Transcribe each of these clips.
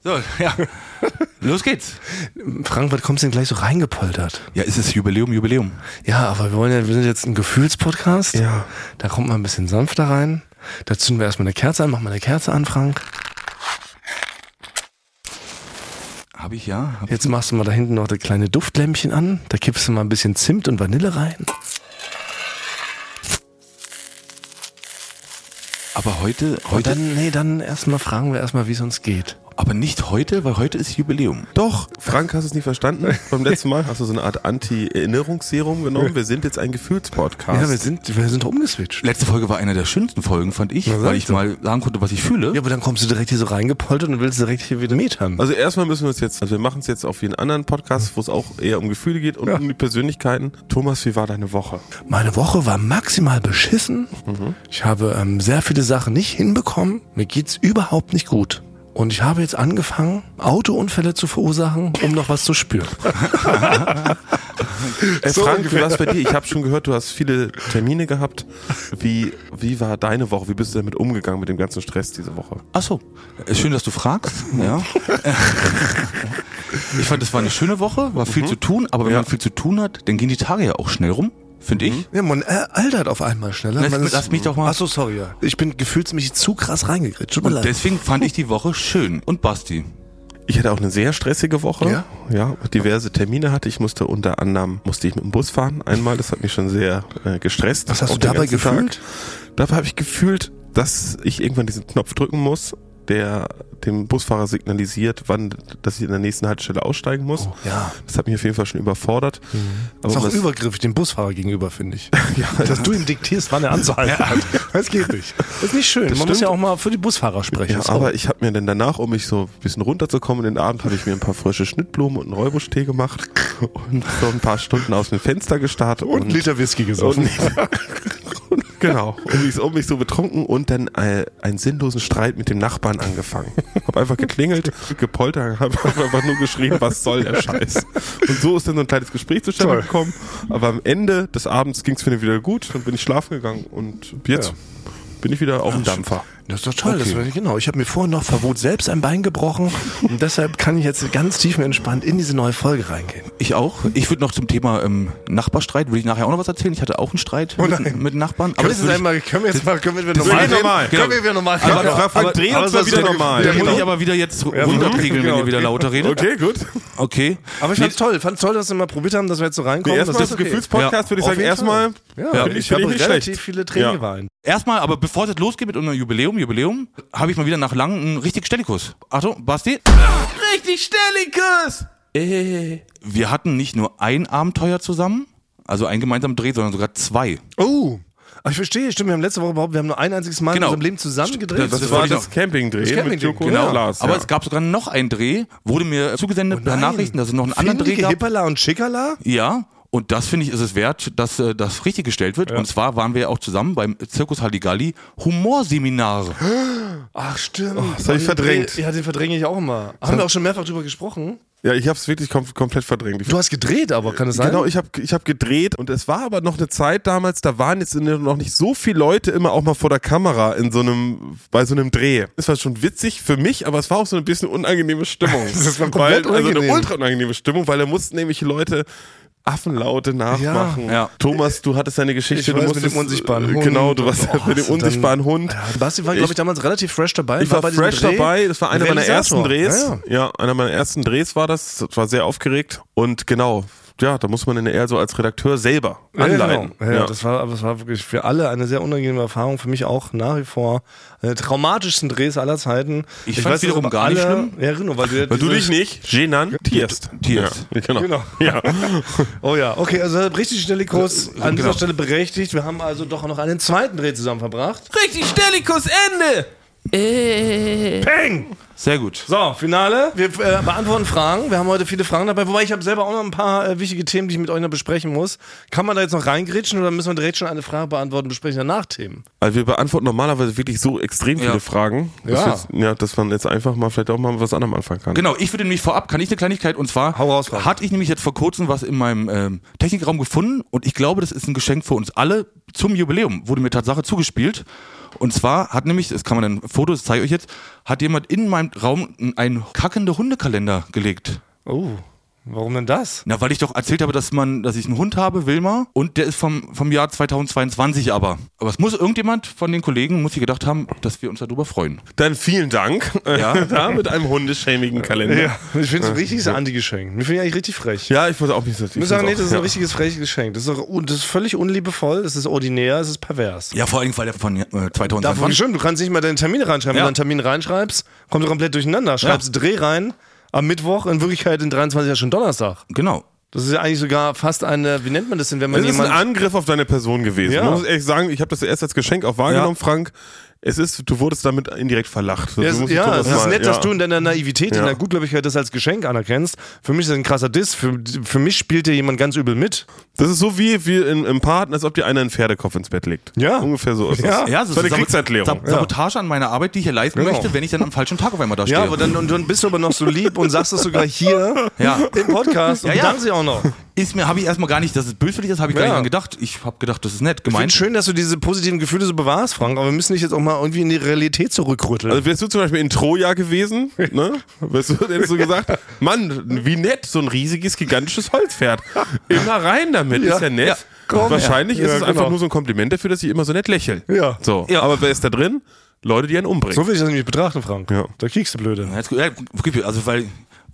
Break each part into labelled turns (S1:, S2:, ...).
S1: So, ja. Los geht's.
S2: Frank, was kommst du denn gleich so reingepoltert?
S1: Ja, es ist Jubiläum, Jubiläum.
S2: Ja, aber wir wollen ja, wir sind jetzt ein Gefühlspodcast.
S1: Ja.
S2: Da kommt man ein bisschen sanfter rein. Da zünden wir erstmal eine Kerze an, machen wir eine Kerze an, Frank.
S1: Habe ich ja. Hab
S2: Jetzt machst du mal da hinten noch das kleine Duftlämpchen an. Da kippst du mal ein bisschen Zimt und Vanille rein.
S1: Aber heute,
S2: Und
S1: heute,
S2: dann, nee, dann erstmal fragen wir erstmal, wie es uns geht.
S1: aber nicht heute, weil heute ist Jubiläum.
S3: Doch, Frank, hast du es nicht verstanden? Beim letzten Mal hast du so eine Art Anti-Erinnerungsserum genommen. Wir sind jetzt ein Gefühlspodcast.
S2: Ja, wir sind, wir sind rumgeswitcht.
S1: Letzte Folge war eine der schönsten Folgen, fand ich, weil ich mal sagen konnte, was ich fühle.
S2: Ja, aber dann kommst du direkt hier so reingepoltert und willst direkt hier wieder Miet haben.
S3: also erstmal müssen wir es jetzt, also wir machen es jetzt auf jeden anderen Podcast, wo es auch eher um Gefühle geht und um die Persönlichkeiten. Thomas, wie war deine Woche?
S2: Meine Woche war maximal beschissen. Ich habe ähm, sehr viele Sachen nicht hinbekommen. Mir geht's überhaupt nicht gut. Und ich habe jetzt angefangen, Autounfälle zu verursachen, um noch was zu spüren.
S3: Ey,
S2: So
S3: Äh, Frank,
S2: ungefähr.
S3: wie war es bei dir? Ich habe schon gehört, du hast viele Termine gehabt. Wie, wie war deine Woche? Wie bist du damit umgegangen mit dem ganzen Stress diese Woche?
S1: Ach so. Äh, Schön, dass du fragst. Ja. ich fand, es war eine schöne Woche, war
S2: Mhm.
S1: viel zu tun, aber wenn man viel zu tun hat, dann gehen die Tage ja auch schnell rum, finde ich.
S2: Ja, man äh, altert auf einmal schneller.
S1: Lass-
S2: Man ist-
S1: lass mich doch mal-
S2: Ach so, sorry. Ja. Ich bin gefühlsmäßig zu krass reingegritscht. Tut mir leid.
S1: Deswegen fand ich die Woche schön. Und Basti.
S3: Ich hatte auch eine sehr stressige Woche.
S2: Ja?
S3: Ja, diverse Termine hatte. Ich musste unter anderem, musste ich mit dem Bus fahren einmal. Das hat mich schon sehr äh, gestresst.
S2: Was hast
S3: Auch
S2: du
S3: den
S2: dabei
S3: ganzen Tag.
S2: gefühlt?
S3: Dabei habe ich gefühlt, dass ich irgendwann diesen Knopf drücken muss, der dem Busfahrer signalisiert, wann, dass ich in der nächsten Haltestelle aussteigen muss.
S2: Oh, ja. Mhm.
S3: Das hat mich auf jeden Fall schon überfordert. Aber
S2: Ist auch
S3: was-
S2: übergriffig dem Busfahrer gegenüber, finde ich. Dass du ihm diktierst, wann er anzuhalten hat. Das geht nicht. Das ist nicht schön. Man muss
S3: stimmt.
S2: ja auch mal für die Busfahrer sprechen.
S3: Ja,
S2: Ist
S3: aber
S2: auch-
S3: ich habe mir dann danach, um mich so ein bisschen runterzukommen, in den Abend habe ich mir ein paar frische Schnittblumen und einen Räubusch-Tee gemacht und so ein paar Stunden aus dem Fenster gestartet.
S2: und einen Liter Whisky gesoffen.
S3: und, und genau. Und mich, und mich so betrunken und dann äh, einen sinnlosen Streit mit dem Nachbarn angefangen. Hab einfach geklingelt, gepoltert, hab einfach nur geschrien, was soll der Scheiß. Und so ist dann so ein kleines Gespräch zustande
S2: Toll.
S3: gekommen. Aber am Ende des Abends ging es mir dann wieder gut, dann bin ich schlafen gegangen und jetzt
S2: Ja.
S3: bin ich wieder auf dem Dampfer.
S2: Das ist doch toll. Das war, genau. Ich habe mir vorhin noch verwut selbst ein Bein gebrochen. Und deshalb kann ich jetzt ganz tiefenentspannt in diese neue Folge reingehen.
S1: Ich auch. Ich würde noch zum Thema ähm, Nachbarstreit, würde ich nachher auch noch was erzählen. Ich hatte auch einen Streit
S2: Oh
S1: mit,
S2: nein.
S1: mit Nachbarn. Aber das würd ich-
S2: können wir jetzt mal, können wir wieder
S1: das
S3: eh
S1: normal geht reden? normal.
S2: Können wir wieder normal
S3: Genau.
S1: Aber-
S2: reden?
S1: aber- aber-
S3: dreh
S2: aber
S3: uns
S2: das
S3: mal
S2: ist
S3: wieder
S2: so-
S3: normal. Mhm.
S1: Der
S2: Ja,
S1: muss
S2: genau.
S1: ich aber wieder jetzt runterpegeln, wenn ihr wieder lauter redet.
S3: Okay, gut.
S1: Okay.
S2: Aber ich fand's toll. Fand's toll, dass wir mal probiert haben, dass wir jetzt so reinkommen.
S3: Nee, erstmal
S2: das
S3: ist
S2: ist
S3: ein
S2: okay.
S3: Gefühlspodcast,
S1: Ja,
S3: würde ich
S2: auf
S3: sagen,
S2: jeden
S3: erstmal
S2: Ja,
S3: finde ich,
S2: ich habe
S3: find ich nicht
S2: relativ
S3: schlecht.
S2: viele Tränen
S3: Ja.
S2: geweint.
S1: Erstmal, aber bevor das losgeht mit unserem Jubiläum, Jubiläum, habe ich mal wieder nach langem einen richtig Stellikus. Achtung, Basti. Richtig Stellikus! Wir hatten nicht nur ein Abenteuer zusammen, also einen gemeinsamen Dreh, sondern sogar zwei.
S2: Oh, aber ich verstehe, stimmt, wir haben letzte Woche überhaupt, wir haben nur ein einziges Mal
S1: Genau.
S2: in unserem Leben zusammen gedreht.
S1: Das
S3: Das
S1: war
S3: war
S1: genau-
S3: das Campingdreh
S2: Das
S3: mit
S2: Campingdreh,
S3: Joko
S2: genau.
S3: und Lars.
S1: Aber
S3: ja.
S1: es gab sogar noch einen Dreh, wurde mir zugesendet per Nachrichten, dass es noch einen anderen Dreh gab.
S2: Hippala und Schickala?
S1: Ja, und das finde ich ist es wert, dass äh, das richtig gestellt wird. Und zwar waren wir ja auch zusammen beim Zirkus Halligalli Humorseminar.
S2: Ach, stimmt.
S3: Oh, das hab ich
S2: Und
S3: verdrängt.
S2: den- Ja, den verdränge ich auch immer. Haben wir auch schon mehrfach drüber gesprochen?
S3: Ja, ich habe es wirklich kom komplett verdrängt. Ich
S2: Du hast gedreht, aber kann es sein?
S3: Genau, ich habe ich hab gedreht und es war aber noch eine Zeit damals, da waren jetzt noch nicht so viele Leute immer auch mal vor der Kamera in so einem, bei so einem Dreh. Es war schon witzig für mich, aber es war auch so ein bisschen unangenehme Stimmung.
S2: Das war komplett
S3: weil, Also
S2: unangenehm.
S3: eine ultra unangenehme Stimmung, weil da mussten nämlich Leute Affenlaute nachmachen.
S1: Ja.
S3: Thomas, du hattest deine Geschichte,
S2: Ich
S3: du
S2: weiß, mit
S3: musstest,
S2: dem unsichtbaren
S3: äh,
S2: Hund
S3: Genau, du
S2: und-
S3: warst
S2: oh, hast
S3: mit dem
S2: du dann-
S3: unsichtbaren Hund.
S2: Ja, Basti war, glaube ich, damals relativ fresh dabei.
S3: Ich war,
S2: bei diesem
S3: fresh
S2: Dreh
S3: dabei. Das war einer meiner ersten
S2: Realisator.
S3: Drehs.
S2: Ja,
S3: Ja,
S2: ja.
S3: einer meiner ersten Drehs war das. Das war sehr aufgeregt. Und genau, ja, da muss man ihn eher so als Redakteur selber anleiten.
S2: Ja, genau. ja,
S3: Ja.
S2: Das, war, aber das war wirklich für alle eine sehr unangenehme Erfahrung. Für mich auch nach wie vor eine der traumatischsten Drehs aller Zeiten.
S1: Ich fand's
S2: weiß, dass
S1: wiederum
S2: aber
S1: gar nicht
S2: alle-
S1: schlimm.
S2: Ja, genau, weil du, ja
S3: Weil du
S2: diese-
S3: dich nicht genantierst.
S1: Tierst.
S3: Ja, genau.
S2: Genau.
S3: Ja.
S2: Oh ja, okay, also richtig schnelle Kurs an
S1: Genau.
S2: dieser Stelle berechtigt. Wir haben also doch noch einen zweiten Dreh zusammen verbracht.
S1: Richtig Stellikus Ende!
S2: Peng!
S1: Sehr gut.
S2: So, Finale. Wir äh, beantworten Fragen. Wir haben heute viele Fragen dabei. Wobei ich habe selber auch noch ein paar äh, wichtige Themen, die ich mit euch noch besprechen muss. Kann man da jetzt noch reingrätschen oder müssen wir direkt schon eine Frage beantworten, besprechen danach Themen?
S3: Also wir beantworten normalerweise wirklich so extrem
S1: Ja.
S3: viele Fragen, dass,
S2: Ja.
S3: wir Jetzt, ja, dass man jetzt einfach mal vielleicht auch mal was anderem anfangen kann.
S1: Genau, ich würde nämlich vorab, kann ich eine Kleinigkeit, und zwar
S2: Hau raus, Frank.
S1: hatte ich nämlich jetzt vor kurzem was in meinem ähm, Technikraum gefunden und ich glaube, das ist ein Geschenk für uns alle zum Jubiläum, wurde mir Tatsache zugespielt. Und zwar hat nämlich, das kann man dann Fotos, das zeige ich euch jetzt, hat jemand in meinem meinem Raum einen kackende Hundekalender gelegt.
S2: Oh, warum denn das?
S1: Na, weil ich doch erzählt habe, dass man, dass ich einen Hund habe, Wilma, und der ist vom, vom Jahr 2022 aber. Aber es muss irgendjemand von den Kollegen, muss sich gedacht haben, dass wir uns darüber freuen.
S3: Dann vielen Dank. äh,
S1: Ja.
S3: da mit einem hundeschämigen Kalender. Ja,
S2: Ich finde es ein richtiges Anti-Geschenk. Mir finde ich eigentlich richtig frech.
S3: ich wollte auch nicht so. Ich
S2: Ich muss sagen, nee, das ist ein
S3: ja.
S2: richtiges freches Geschenk. Das ist, doch, un- das ist völlig unliebevoll, das ist ordinär, es ist pervers.
S1: Ja, vor allem, weil der von äh, 2022.
S2: Davon schon, du kannst nicht mal deine Termine reinschreiben.
S1: Ja.
S2: Wenn du einen Termin reinschreibst, kommt du komplett durcheinander. Schreibst Dreh rein am Mittwoch, in Wirklichkeit in 23 Jahren schon Donnerstag.
S1: Genau.
S2: Das ist ja eigentlich sogar fast eine, wie nennt man das denn, wenn man
S3: Es ist ein
S2: jemanden.
S3: Angriff auf deine Person gewesen.
S2: Ja.
S3: Man muss ehrlich sagen, ich habe das erst als Geschenk auch wahrgenommen,
S1: Ja.
S3: Frank. Es ist, du wurdest damit indirekt verlacht. Du
S2: Ja, es-
S3: musst
S2: ja,
S3: sowas
S2: es ist
S3: mal-
S2: nett,
S3: ja.
S2: dass du in deiner Naivität, in
S3: Ja.
S2: der Gutgläubigkeit halt das als Geschenk anerkennst. Für mich ist das ein krasser Diss. Für, für mich spielt dir jemand ganz übel mit.
S3: Das ist so wie, wie in, im Partner, als ob dir einer einen Pferdekopf ins Bett legt.
S2: Ja.
S3: Ungefähr so ist
S2: Ja.
S3: das.
S1: Ja, so
S3: so eine
S1: Sabot-
S3: Kriegserklärung.
S1: Sab Sabotage an meiner Arbeit, die ich hier leisten
S2: Genau.
S1: möchte, wenn ich dann am falschen Tag auf einmal da stehe.
S2: Ja, aber dann, und dann bist du aber noch so lieb und sagst es sogar hier
S1: Ja.
S2: im Podcast und
S1: Ja, ja.
S2: bedankst dich auch noch.
S1: ist mir, habe ich erstmal gar nicht, dass es böswillig ist, habe ich
S2: Ja.
S1: gar nicht dran gedacht. Ich habe gedacht, das ist nett
S2: Ich finde
S1: gemeint.
S2: schön, dass du diese positiven Gefühle so bewahrst, Frank, aber wir müssen dich jetzt auch mal irgendwie in die Realität zurückrütteln.
S3: Also wärst du zum Beispiel in Troja gewesen, ne? Wärst du, hättest du gesagt, Mann, wie nett, so ein riesiges, gigantisches Holzpferd. Immer rein damit,
S2: Ja.
S3: ist ja nett.
S1: Ja.
S3: Und Wahrscheinlich
S2: Ja,
S3: ist es
S2: genau.
S3: einfach nur so ein Kompliment dafür, dass ich immer so nett lächle.
S2: Ja.
S3: So.
S1: Ja.
S3: Aber wer ist da drin? Leute, die einen umbringen.
S2: so will ich das nämlich betrachten, Frank.
S3: Ja.
S2: Da kriegst du blöde.
S1: Ja, jetzt- ja, okay, also, weil,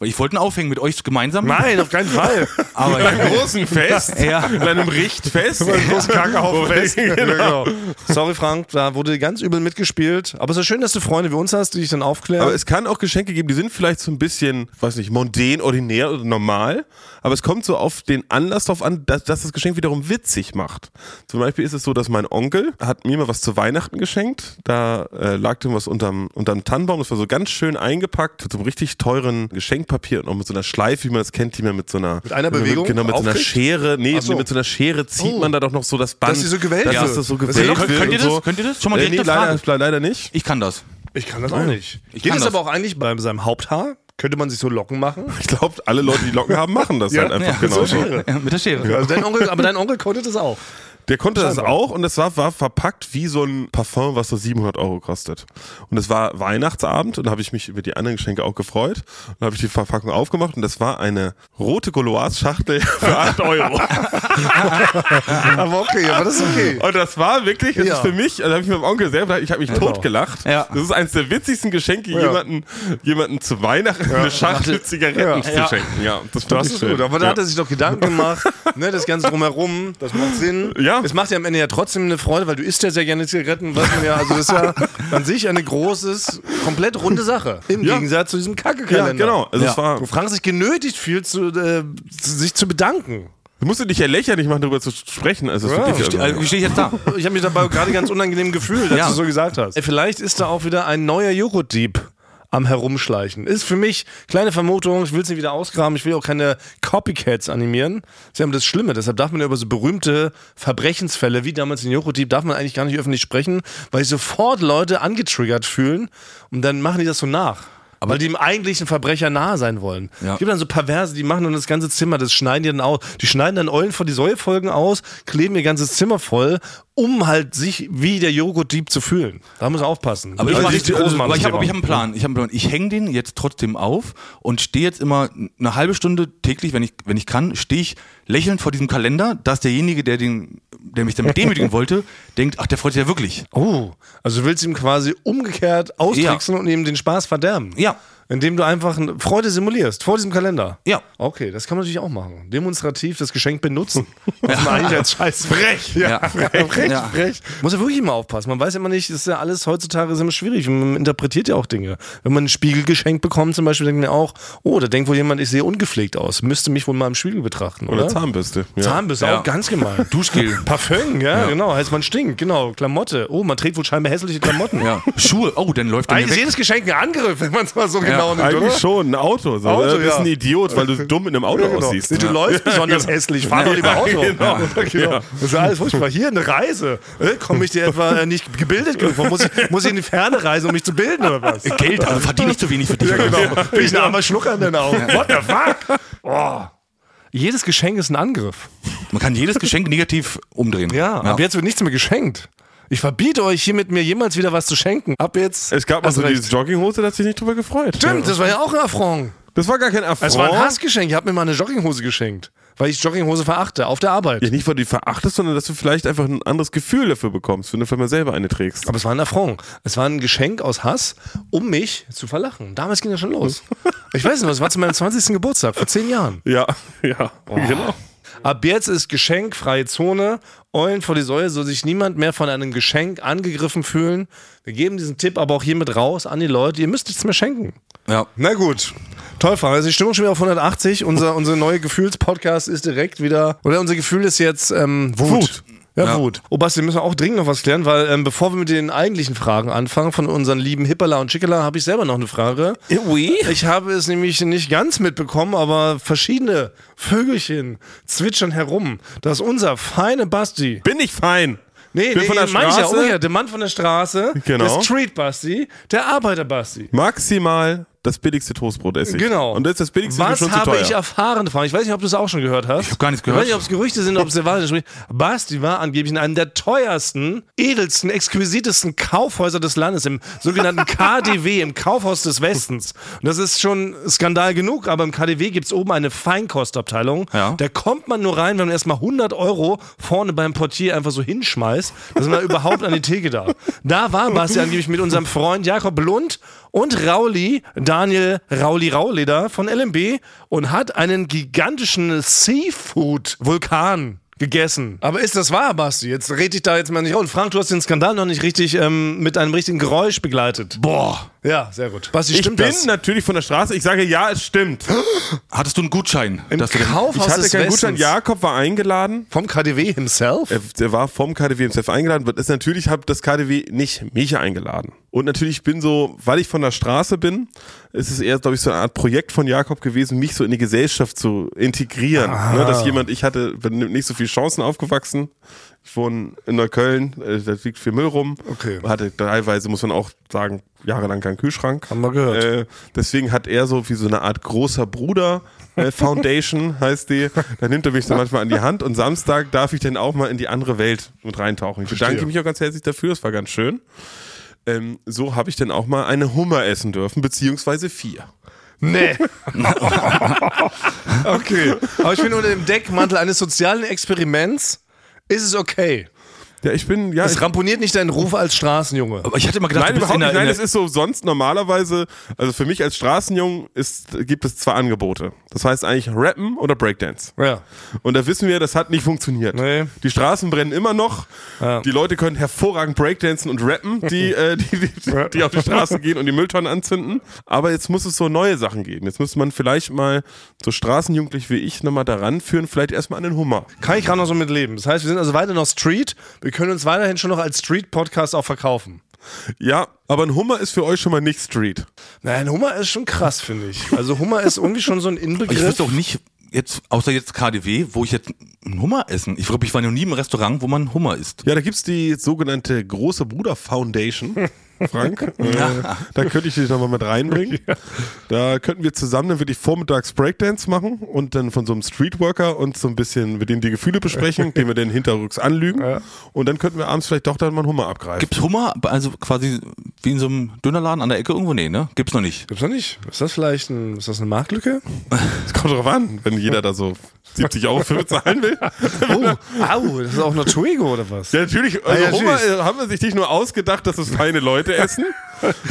S1: weil ich wollte einen aufhängen mit euch gemeinsam.
S2: Nein, auf keinen Fall.
S1: Aber
S3: Bei einem großen Fest,
S1: Ja.
S3: in einem Richtfest.
S2: Ja, genau. Sorry, Frank, da wurde ganz übel mitgespielt. Aber es ist schön, dass du Freunde wie uns hast, die dich dann aufklären.
S3: Aber es kann auch Geschenke geben, die sind vielleicht so ein bisschen, weiß nicht, mondän, ordinär oder normal. Aber es kommt so auf den Anlass drauf an, dass, dass das Geschenk wiederum witzig macht. Zum Beispiel ist es so, dass mein Onkel hat mir mal was zu Weihnachten geschenkt. Da äh, lag dem was unterm, unterm Tannenbaum. Das war so ganz schön eingepackt mit so einem richtig teuren Geschenkpapier und auch mit so einer Schleife, wie man es kennt, die man mit so einer, mit
S2: einer Bewegung
S3: genau, mit so einer
S2: aufkriegt?
S3: Schere, nee,
S2: Ach so.
S3: mit so einer Schere zieht man da doch noch so das Band.
S2: Dass sie so gewellt
S3: dass
S2: wird.
S3: es das so
S2: Dass
S3: gewellt
S2: sie
S1: locker-
S3: wird
S1: Könnt ihr
S3: und
S1: das?
S3: so. Äh,
S1: Könnt ihr das? Schon mal direkt
S3: nee,
S1: eine
S3: leider,
S1: Frage.
S3: leider nicht.
S1: ich kann das.
S2: ich kann das auch nicht.
S1: kann
S2: Ich Geht es
S1: das.
S2: aber auch eigentlich bei seinem Haupthaar? Könnte man sich so Locken machen?
S3: Ich glaube, alle Leute, die Locken haben, machen das halt einfach
S2: genau
S1: Ja,
S3: genauso.
S1: Ja, mit der Schere.
S2: Also dein Onkel, aber dein Onkel konnte das auch.
S3: Der konnte das
S2: Scheinbar.
S3: auch und das war, war verpackt wie so ein Parfum, was so 700 Euro kostet. Und das war Weihnachtsabend und da habe ich mich über die anderen Geschenke auch gefreut. Und da habe ich die Verpackung aufgemacht und das war eine rote Goloise-Schachtel für 8 Euro.
S2: Aber okay, aber das ist okay.
S3: Und das war wirklich, das
S2: Ja. Genau.
S3: ist für mich, also habe ich meinem Onkel selber, ich habe mich totgelacht.
S1: Ja.
S3: Das ist eines der witzigsten Geschenke, jemanden, jemanden zu Weihnachten eine Schachtel Zigaretten
S1: Ja.
S3: zu schenken. Ja, das, fand
S2: Das
S3: ich
S2: ist
S3: schön.
S2: gut, aber da
S3: ja.
S2: hat er sich doch Gedanken gemacht, ne, das Ganze drumherum, das macht Sinn.
S3: Ja.
S2: Es macht ja am Ende ja trotzdem eine Freude, weil du isst ja sehr gerne Zigaretten, was man ja, also das ist ja an sich eine großes, komplett runde Sache. Im
S3: Ja.
S2: Gegensatz zu diesem Kacke-Kalender.
S3: ja, genau. Also
S1: Ja.
S3: es war,
S2: Wo Frank sich genötigt fühlt, zu, äh, sich zu bedanken.
S3: Du musst dich ja lächerlich machen, darüber zu sprechen. Also, es ist
S2: Ja.
S3: wirklich,
S1: Ste- äh, Wie stehe ich jetzt da?
S2: Ich habe mich dabei gerade ganz unangenehm gefühlt, dass
S1: Ja.
S2: du so gesagt hast. Äh, Vielleicht ist da auch wieder ein neuer Joghurtdieb am herumschleichen. Ist für mich kleine Vermutung, ich will es nicht wieder ausgraben, ich will auch keine Copycats animieren. Sie haben das Schlimme, deshalb darf man ja über so berühmte Verbrechensfälle wie damals den Joghurtdieb darf man eigentlich gar nicht öffentlich sprechen, weil sich sofort Leute angetriggert fühlen und dann machen die das so nach.
S1: Aber-
S2: weil die dem eigentlichen Verbrecher nahe sein wollen.
S1: Ja.
S2: Es gibt dann so Perverse, die machen dann das ganze Zimmer, das schneiden die dann aus. Die schneiden dann Eulen von die Säulefolgen aus, kleben ihr ganzes Zimmer voll, um halt sich wie der Joghurtdieb zu fühlen. Da muss man aufpassen.
S1: Aber ich,
S2: Also
S1: mach-
S2: nicht zu groß machen,
S1: aber
S2: das
S1: ich habe
S2: Thema.
S1: hab einen Plan. Ich habe einen Plan. Ich hänge den jetzt trotzdem auf und stehe jetzt immer eine halbe Stunde täglich, wenn ich, wenn ich kann, stehe ich lächelnd vor diesem Kalender, dass derjenige, der, den, der mich damit demütigen wollte, denkt, ach, der freut sich ja wirklich.
S2: Oh, also du willst ihm quasi umgekehrt austricksen und ihm den Spaß verderben.
S1: Ja.
S2: Indem du einfach eine Freude simulierst, vor diesem Kalender.
S1: Ja.
S2: Okay, das kann man natürlich auch machen. Demonstrativ das Geschenk benutzen. Was man eigentlich als Scheiß frech.
S1: Ja.
S2: frech,
S1: Ja.
S2: frech. Muss ja wirklich immer aufpassen. Man weiß immer nicht, das ist ja alles heutzutage ist immer schwierig. Man interpretiert ja auch Dinge. Wenn man ein Spiegelgeschenk bekommt, zum Beispiel, denkt man auch, oh, da denkt wohl jemand, ich sehe ungepflegt aus. Müsste mich wohl mal im Spiegel betrachten, oder?
S3: oder Zahnbürste. Ja.
S2: Zahnbürste,
S1: Ja.
S2: auch ganz gemein.
S1: Duschgel.
S2: Parfüm, ja, genau. Heißt, man stinkt, genau. Klamotte. Oh, man trägt wohl scheinbar hässliche Klamotten.
S1: Ja. Schuhe, oh, dann läuft der mir
S2: Eigentlich ist
S1: weg.
S2: jedes Geschenk ein Angriff, wenn man es mal so genau nimmt,
S3: Eigentlich
S2: oder?
S3: schon, ein Auto. So,
S2: Auto,
S3: ne? Du bist
S2: ja.
S3: ein Idiot, weil du dumm in einem Auto
S2: Ja, genau.
S3: aussiehst. ne?
S2: Nee, du
S3: Ja.
S2: läufst besonders hässlich, fahr doch lieber Auto.
S3: genau.
S2: Genau.
S3: Ja.
S2: Das ist alles furchtbar. Hier eine Reise. Komme ich dir etwa äh, nicht gebildet genug? vor? Muss ich, muss ich in die Ferne reisen, um mich zu bilden oder was?
S1: Geld, also verdiene ich zu wenig für dich.
S2: Ja, genau. Bin ich ein armer Schlucker in deinen Augen? What the fuck? Oh. Jedes Geschenk ist ein Angriff.
S1: Man kann jedes Geschenk negativ umdrehen.
S2: Ja, ab jetzt wird nichts mehr geschenkt. Ich verbiete euch hiermit mir jemals wieder was zu schenken. Ab jetzt.
S3: Es gab mal
S2: erst
S3: so
S2: recht.
S3: diese Jogginghose, da hat sich nicht drüber gefreut.
S2: Stimmt, das war ja auch ein Affront.
S3: Das war gar kein Affront.
S2: Es war ein Hassgeschenk. Ihr habt mir mal eine Jogginghose geschenkt, weil ich Jogginghose verachte, auf der Arbeit.
S3: Ja, nicht, weil du die verachtest, sondern dass du vielleicht einfach ein anderes Gefühl dafür bekommst, wenn du vielleicht mal selber eine trägst.
S2: Aber es war ein Affront. Es war ein Geschenk aus Hass, um mich zu verlachen. Damals ging das schon los. Ich weiß nicht, das war zu meinem 20. Geburtstag, vor zehn Jahren.
S3: Ja, ja, genau.
S2: Ab jetzt ist Geschenk freie Zone. Eulen vor die Säule soll sich niemand mehr von einem Geschenk angegriffen fühlen. Wir geben diesen Tipp aber auch hiermit raus an die Leute. Ihr müsst nichts mehr schenken.
S1: Ja.
S2: Na gut. Toll, Frank. Also die Stimmung schon wieder auf 180. Unser, unser neuer Gefühlspodcast ist direkt wieder. Oder unser Gefühl ist jetzt ähm, Wut.
S3: Wut.
S2: Ja,
S1: Ja.
S2: Wut. Oh, Basti, müssen wir auch dringend noch was klären, weil ähm, bevor wir mit den eigentlichen Fragen anfangen von unseren lieben Hippala und Schickala, habe ich selber noch eine Frage.
S1: Oui.
S2: Ich habe es nämlich nicht ganz mitbekommen, aber verschiedene Vögelchen zwitschern herum, dass unser feine Basti
S3: Bin ich fein.
S2: Nee,
S3: Bin
S2: nee,
S3: von der
S2: mein ich ja,
S3: Straße.
S2: oh ja, der Mann von der Straße,
S3: Genau.
S2: der Street Basti, der Arbeiter Basti.
S3: Maximal das billigste Toastbrot esse ich.
S2: Genau.
S3: Und das ist das billigste ist mir
S2: Was
S3: schon zu
S2: habe
S3: teuer.
S2: ich erfahren davon? Ich weiß nicht, ob du es auch schon gehört hast.
S1: Ich hab gar nichts gehört.
S2: Ich weiß nicht, ob es Gerüchte sind, ob es der Wahrheit entspricht. Basti war angeblich in einem der teuersten, edelsten, exquisitesten Kaufhäuser des Landes, im sogenannten KDW, im Kaufhaus des Westens. Und das ist schon Skandal genug, aber im KDW gibt es oben eine Feinkostabteilung.
S1: Ja.
S2: Da kommt man nur rein, wenn man erstmal 100 Euro vorne beim Portier einfach so hinschmeißt, dass man da überhaupt an die Theke darf. Da war Basti angeblich mit unserem Freund Jakob Lund und Rauli, Daniel Rauli Rauleder von LMB und hat einen gigantischen Seafood-Vulkan gegessen. Aber ist das wahr, Basti? Jetzt red ich da jetzt mal nicht. Und Frank, du hast den Skandal noch nicht richtig ähm, mit einem richtigen Geräusch begleitet.
S1: Boah.
S2: Ja, sehr gut. Basti,
S3: Ich bin
S2: stimmt das?
S3: natürlich von der Straße. Ich sage ja, es stimmt.
S1: Hattest du einen Gutschein?
S2: Im
S1: dass du den-
S2: Kaufhaus
S3: Ich hatte
S2: des
S3: keinen Gutschein.
S2: Westens.
S3: Jakob war eingeladen.
S2: Vom KDW himself?
S3: Er, der war vom KDW im Self eingeladen wird. Ist natürlich hat das KDW nicht mich eingeladen. Und natürlich bin so, weil ich von der Straße bin, ist es eher, glaube ich, so eine Art Projekt von Jakob gewesen, mich so in die Gesellschaft zu integrieren.
S2: Ah.
S3: Ne, dass jemand, ich hatte, bin nicht so viele Chancen aufgewachsen. Ich wohne in Neukölln, äh, da liegt viel Müll rum.
S2: Okay.
S3: Hatte teilweise, muss man auch sagen, jahrelang keinen Kühlschrank.
S2: Haben wir gehört.
S3: Äh, deswegen hat er so wie so eine Art großer Bruder äh, Foundation heißt die. Da nimmt er mich so manchmal an die Hand und Samstag darf ich dann auch mal in die andere Welt mit reintauchen. Ich bedanke mich auch ganz herzlich dafür, das war ganz schön. Ähm, so habe ich dann auch mal eine Hummer essen dürfen, beziehungsweise vier.
S2: Nee. okay. Aber ich bin unter dem Deckmantel eines sozialen Experiments. Ist es okay?
S3: Ja, ich bin, ja.
S2: Es
S3: ich,
S2: ramponiert nicht deinen Ruf als Straßenjunge.
S1: Aber ich hätte immer gedacht,
S3: Nein,
S1: du bist
S3: überhaupt
S1: in
S3: nicht.
S1: der,
S3: Nein,
S1: in
S3: es
S1: der,
S3: ist so sonst normalerweise, also für mich als Straßenjungen ist, gibt es zwei Angebote. Das heißt eigentlich Rappen oder Breakdance.
S2: Ja.
S3: Und da wissen wir, das hat nicht funktioniert.
S2: Nee.
S3: Die Straßen brennen immer noch. Die Leute können hervorragend Breakdancen und rappen, die, äh, die, die, die, die auf die Straße gehen und die Mülltonnen anzünden. Aber jetzt muss es so neue Sachen geben. Jetzt müsste man vielleicht mal so straßenjugendlich wie ich nochmal daran führen, vielleicht erstmal an den Hummer.
S2: Kann ich gerade noch so mitleben. Das heißt, wir sind also weiter noch Street. Wir können uns weiterhin schon noch als Street-Podcast auch verkaufen.
S3: Ja, aber ein Hummer ist für euch schon mal nicht Street.
S2: Nein, Hummer ist schon krass, finde ich. Also Hummer ist irgendwie schon so ein
S1: ich
S2: Inbegriff.
S1: wüsste auch nicht, jetzt, außer jetzt KDW, wo ich jetzt einen Hummer essen. Ich glaube, ich war noch nie im Restaurant, wo man Hummer isst.
S3: Ja, da gibt's die sogenannte Große Bruder Foundation, Frank. äh, da könnte ich dich nochmal mit reinbringen. Da könnten wir zusammen dann wirklich vormittags Breakdance machen und dann von so einem Streetworker und so ein bisschen mit dem die Gefühle besprechen, den wir dann hinterrücks anlügen. Und dann könnten wir abends vielleicht doch dann mal einen Hummer abgreifen.
S1: Gibt's Hummer, also quasi wie in so einem Dönerladen an der Ecke irgendwo? Nee, ne? Gibt's noch nicht.
S2: Gibt's noch nicht. Ist das vielleicht ein, ist das eine Marktlücke?
S3: Es kommt drauf an, wenn jeder da so 70 Euro für bezahlen will.
S2: Oh, au, das ist auch Natuego oder was?
S3: Ja, natürlich,
S2: Ah,
S3: also
S2: ja,
S3: Hummer
S2: tschüss.
S3: äh, haben wir sich nicht nur ausgedacht, dass es feine Leute essen.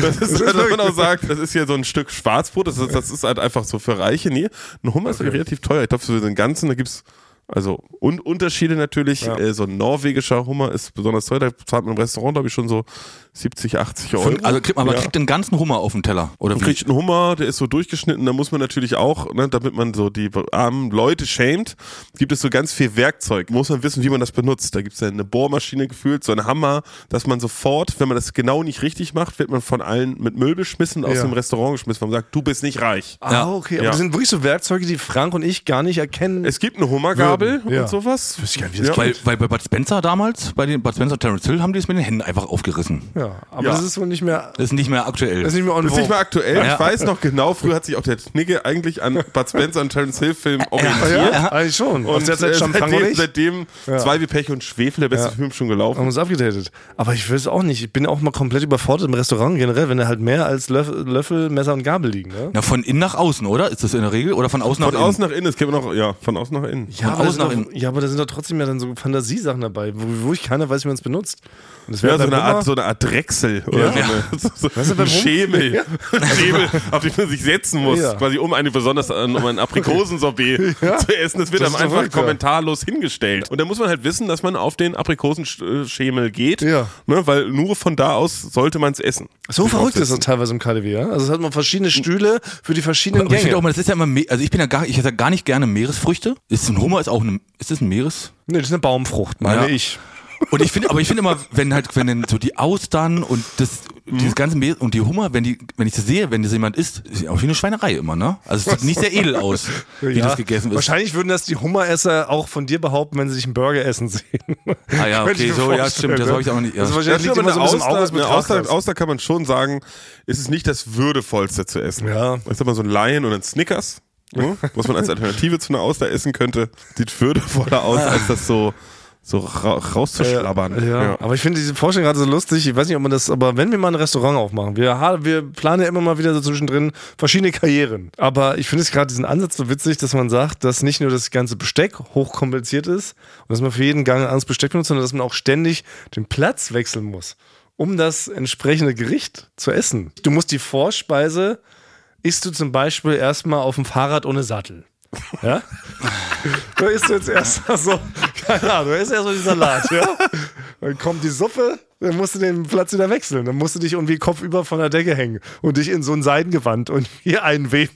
S3: Das ist, dass man auch sagt, das ist hier so ein Stück Schwarzbrot, das ist, das ist halt einfach so für Reiche. Nee, ein Hummer ist relativ teuer. Ich glaube, für den Ganzen, da gibt's also un Unterschiede natürlich. Äh, so ein norwegischer Hummer ist besonders teuer. Da zahlt man im Restaurant, glaube ich, schon so 70, 80 Euro.
S1: Von, also kriegt man, man
S3: Ja.
S1: kriegt den ganzen Hummer auf den Teller. Oder
S3: Man
S1: wie?
S3: kriegt einen Hummer, der ist so durchgeschnitten, da muss man natürlich auch, ne, damit man so die armen Leute schämt, gibt es so ganz viel Werkzeug. Muss man wissen, wie man das benutzt. Da gibt es eine Bohrmaschine gefühlt, so einen Hammer, dass man sofort, wenn man das genau nicht richtig macht, wird man von allen mit Müll beschmissen, aus
S2: Ja.
S3: dem Restaurant geschmissen, weil man sagt, du bist nicht reich.
S2: Ah, okay. Aber
S3: Ja.
S2: das sind wirklich so Werkzeuge, die Frank und ich gar nicht erkennen.
S3: Es gibt eine Hummergabel, Bubble
S2: Ja.
S3: und sowas.
S2: Wüsste ich gar nicht, wie das
S1: Weil, weil bei Bud Spencer damals, bei den Bud Spencer und Terence Hill, haben die es mit den Händen einfach aufgerissen.
S2: Ja, aber
S3: Ja.
S2: das ist wohl nicht mehr.
S1: Das ist nicht mehr aktuell.
S2: Das ist nicht mehr on
S3: Das ist nicht
S2: vogue.
S3: mehr aktuell.
S1: Ja.
S3: Ich weiß noch genau, früher hat sich auch der Knigge eigentlich an Bud Spencer und Terence Hill Filmen orientiert.
S2: Ah, ja, eigentlich schon.
S3: Und
S2: Aus der Zeit
S3: äh,
S2: stammt Tango
S3: seitdem,
S2: nicht.
S3: seitdem
S2: Ja.
S3: zwei wie Pech und Schwefel der beste
S2: Ja.
S3: Film schon
S2: haben
S3: gelaufen.
S2: uns abgedatet. Aber ich weiß auch nicht. Ich bin auch mal komplett überfordert im Restaurant generell, wenn da halt mehr als Löff- Löffel, Messer und Gabel liegen. Ne?
S1: Na, von innen nach außen, oder? Ist das in der Regel? Oder von außen
S3: Von
S1: nach
S3: außen
S1: innen?
S3: nach innen, das kennen wir noch, ja, von außen nach innen.
S2: Ja, aber,
S1: außen
S2: da sind
S1: nach
S2: doch, ja, aber da sind doch trotzdem ja dann so Fantasiesachen dabei, wo, wo ich keiner weiß, wie man es benutzt. Und das wäre
S3: Ja, so
S2: dann
S3: eine
S2: immer-
S3: Art, so eine Art Drechsel oder
S1: Ja.
S3: so, eine, so,
S2: Weißt du,
S3: so
S2: beim
S3: ein Schemel. Schemel, auf den man sich setzen muss.
S2: Ja.
S3: Quasi um eine besonders an- um ein Aprikosensorbet zu essen. Das wird
S2: Das
S3: einem
S2: ist
S3: einfach
S2: verrückt, ja.
S3: kommentarlos hingestellt. Und da muss man halt wissen, dass man auf den Aprikosenschemel geht.
S2: Ja.
S3: Ne, weil nur von da aus sollte man es essen.
S2: So verrückt ist das
S3: Aufsetzen.
S2: teilweise im KDW, ja? Also es hat man verschiedene Stühle für die verschiedenen
S1: Aber ich finde auch
S2: Gänge.
S1: mal, das ist ja immer, me- also ich bin ja gar, ich esse ja gar nicht gerne Meeresfrüchte. Ist ein Hummer ist auch ein, ist das ein Meeres?
S2: Nee, das ist eine Baumfrucht,
S1: Ja.
S2: meine ich.
S1: Und ich finde, aber ich finde immer, wenn halt, wenn denn so die Austern und das,
S3: Mhm.
S1: dieses ganze Meer und die Hummer, wenn die, wenn ich das sehe, wenn das jemand isst, ist auch wie eine Schweinerei immer, ne? Also es sieht nicht sehr edel aus, wie
S2: Ja.
S1: das gegessen wird.
S2: Wahrscheinlich würden das die Hummeresser auch auch von dir behaupten, wenn sie dich einen Burger essen sehen.
S1: Ah ja,
S2: Könnte ich
S1: okay,
S2: mir
S1: so, ja,
S2: vorstellen,
S1: stimmt, das
S2: ne?
S1: habe ich auch nicht. Ja.
S2: Also
S3: Ja,
S2: wahrscheinlich
S3: stimmt,
S2: liegt immer
S3: aber
S2: so
S3: eine
S2: ein bisschen im Auge,
S3: Auster,
S2: was mit
S3: eine Auster,
S2: Auster,
S3: Auster kann man schon sagen, ist es ist nicht das würdevollste zu essen.
S2: Ja.
S3: Ist aber so ein Lion und ein Snickers, ne, was man als Alternative zu einer Auster essen könnte, sieht würdevoller aus, als das so, so ra rauszuschlabbern.
S2: Äh, Ja,
S3: Ja.
S2: aber ich finde diese Vorstellung gerade so lustig. Ich weiß nicht, ob man das, aber wenn wir mal ein Restaurant aufmachen, wir, ha- wir planen ja immer mal wieder so zwischendrin verschiedene Karrieren. Aber ich finde es gerade diesen Ansatz so witzig, dass man sagt, dass nicht nur das ganze Besteck hochkompliziert ist und dass man für jeden Gang ein anderes Besteck benutzt, sondern dass man auch ständig den Platz wechseln muss, um das entsprechende Gericht zu essen. Du musst die Vorspeise, isst du zum Beispiel erstmal auf dem Fahrrad ohne Sattel. Ja? Da isst du jetzt erst mal so, keine Ahnung, da isst erst mal die Salat, ja? Dann kommt die Suppe, dann musst du den Platz wieder wechseln. Dann musst du dich irgendwie kopfüber von der Decke hängen und dich in so ein Seidengewand und hier einweben.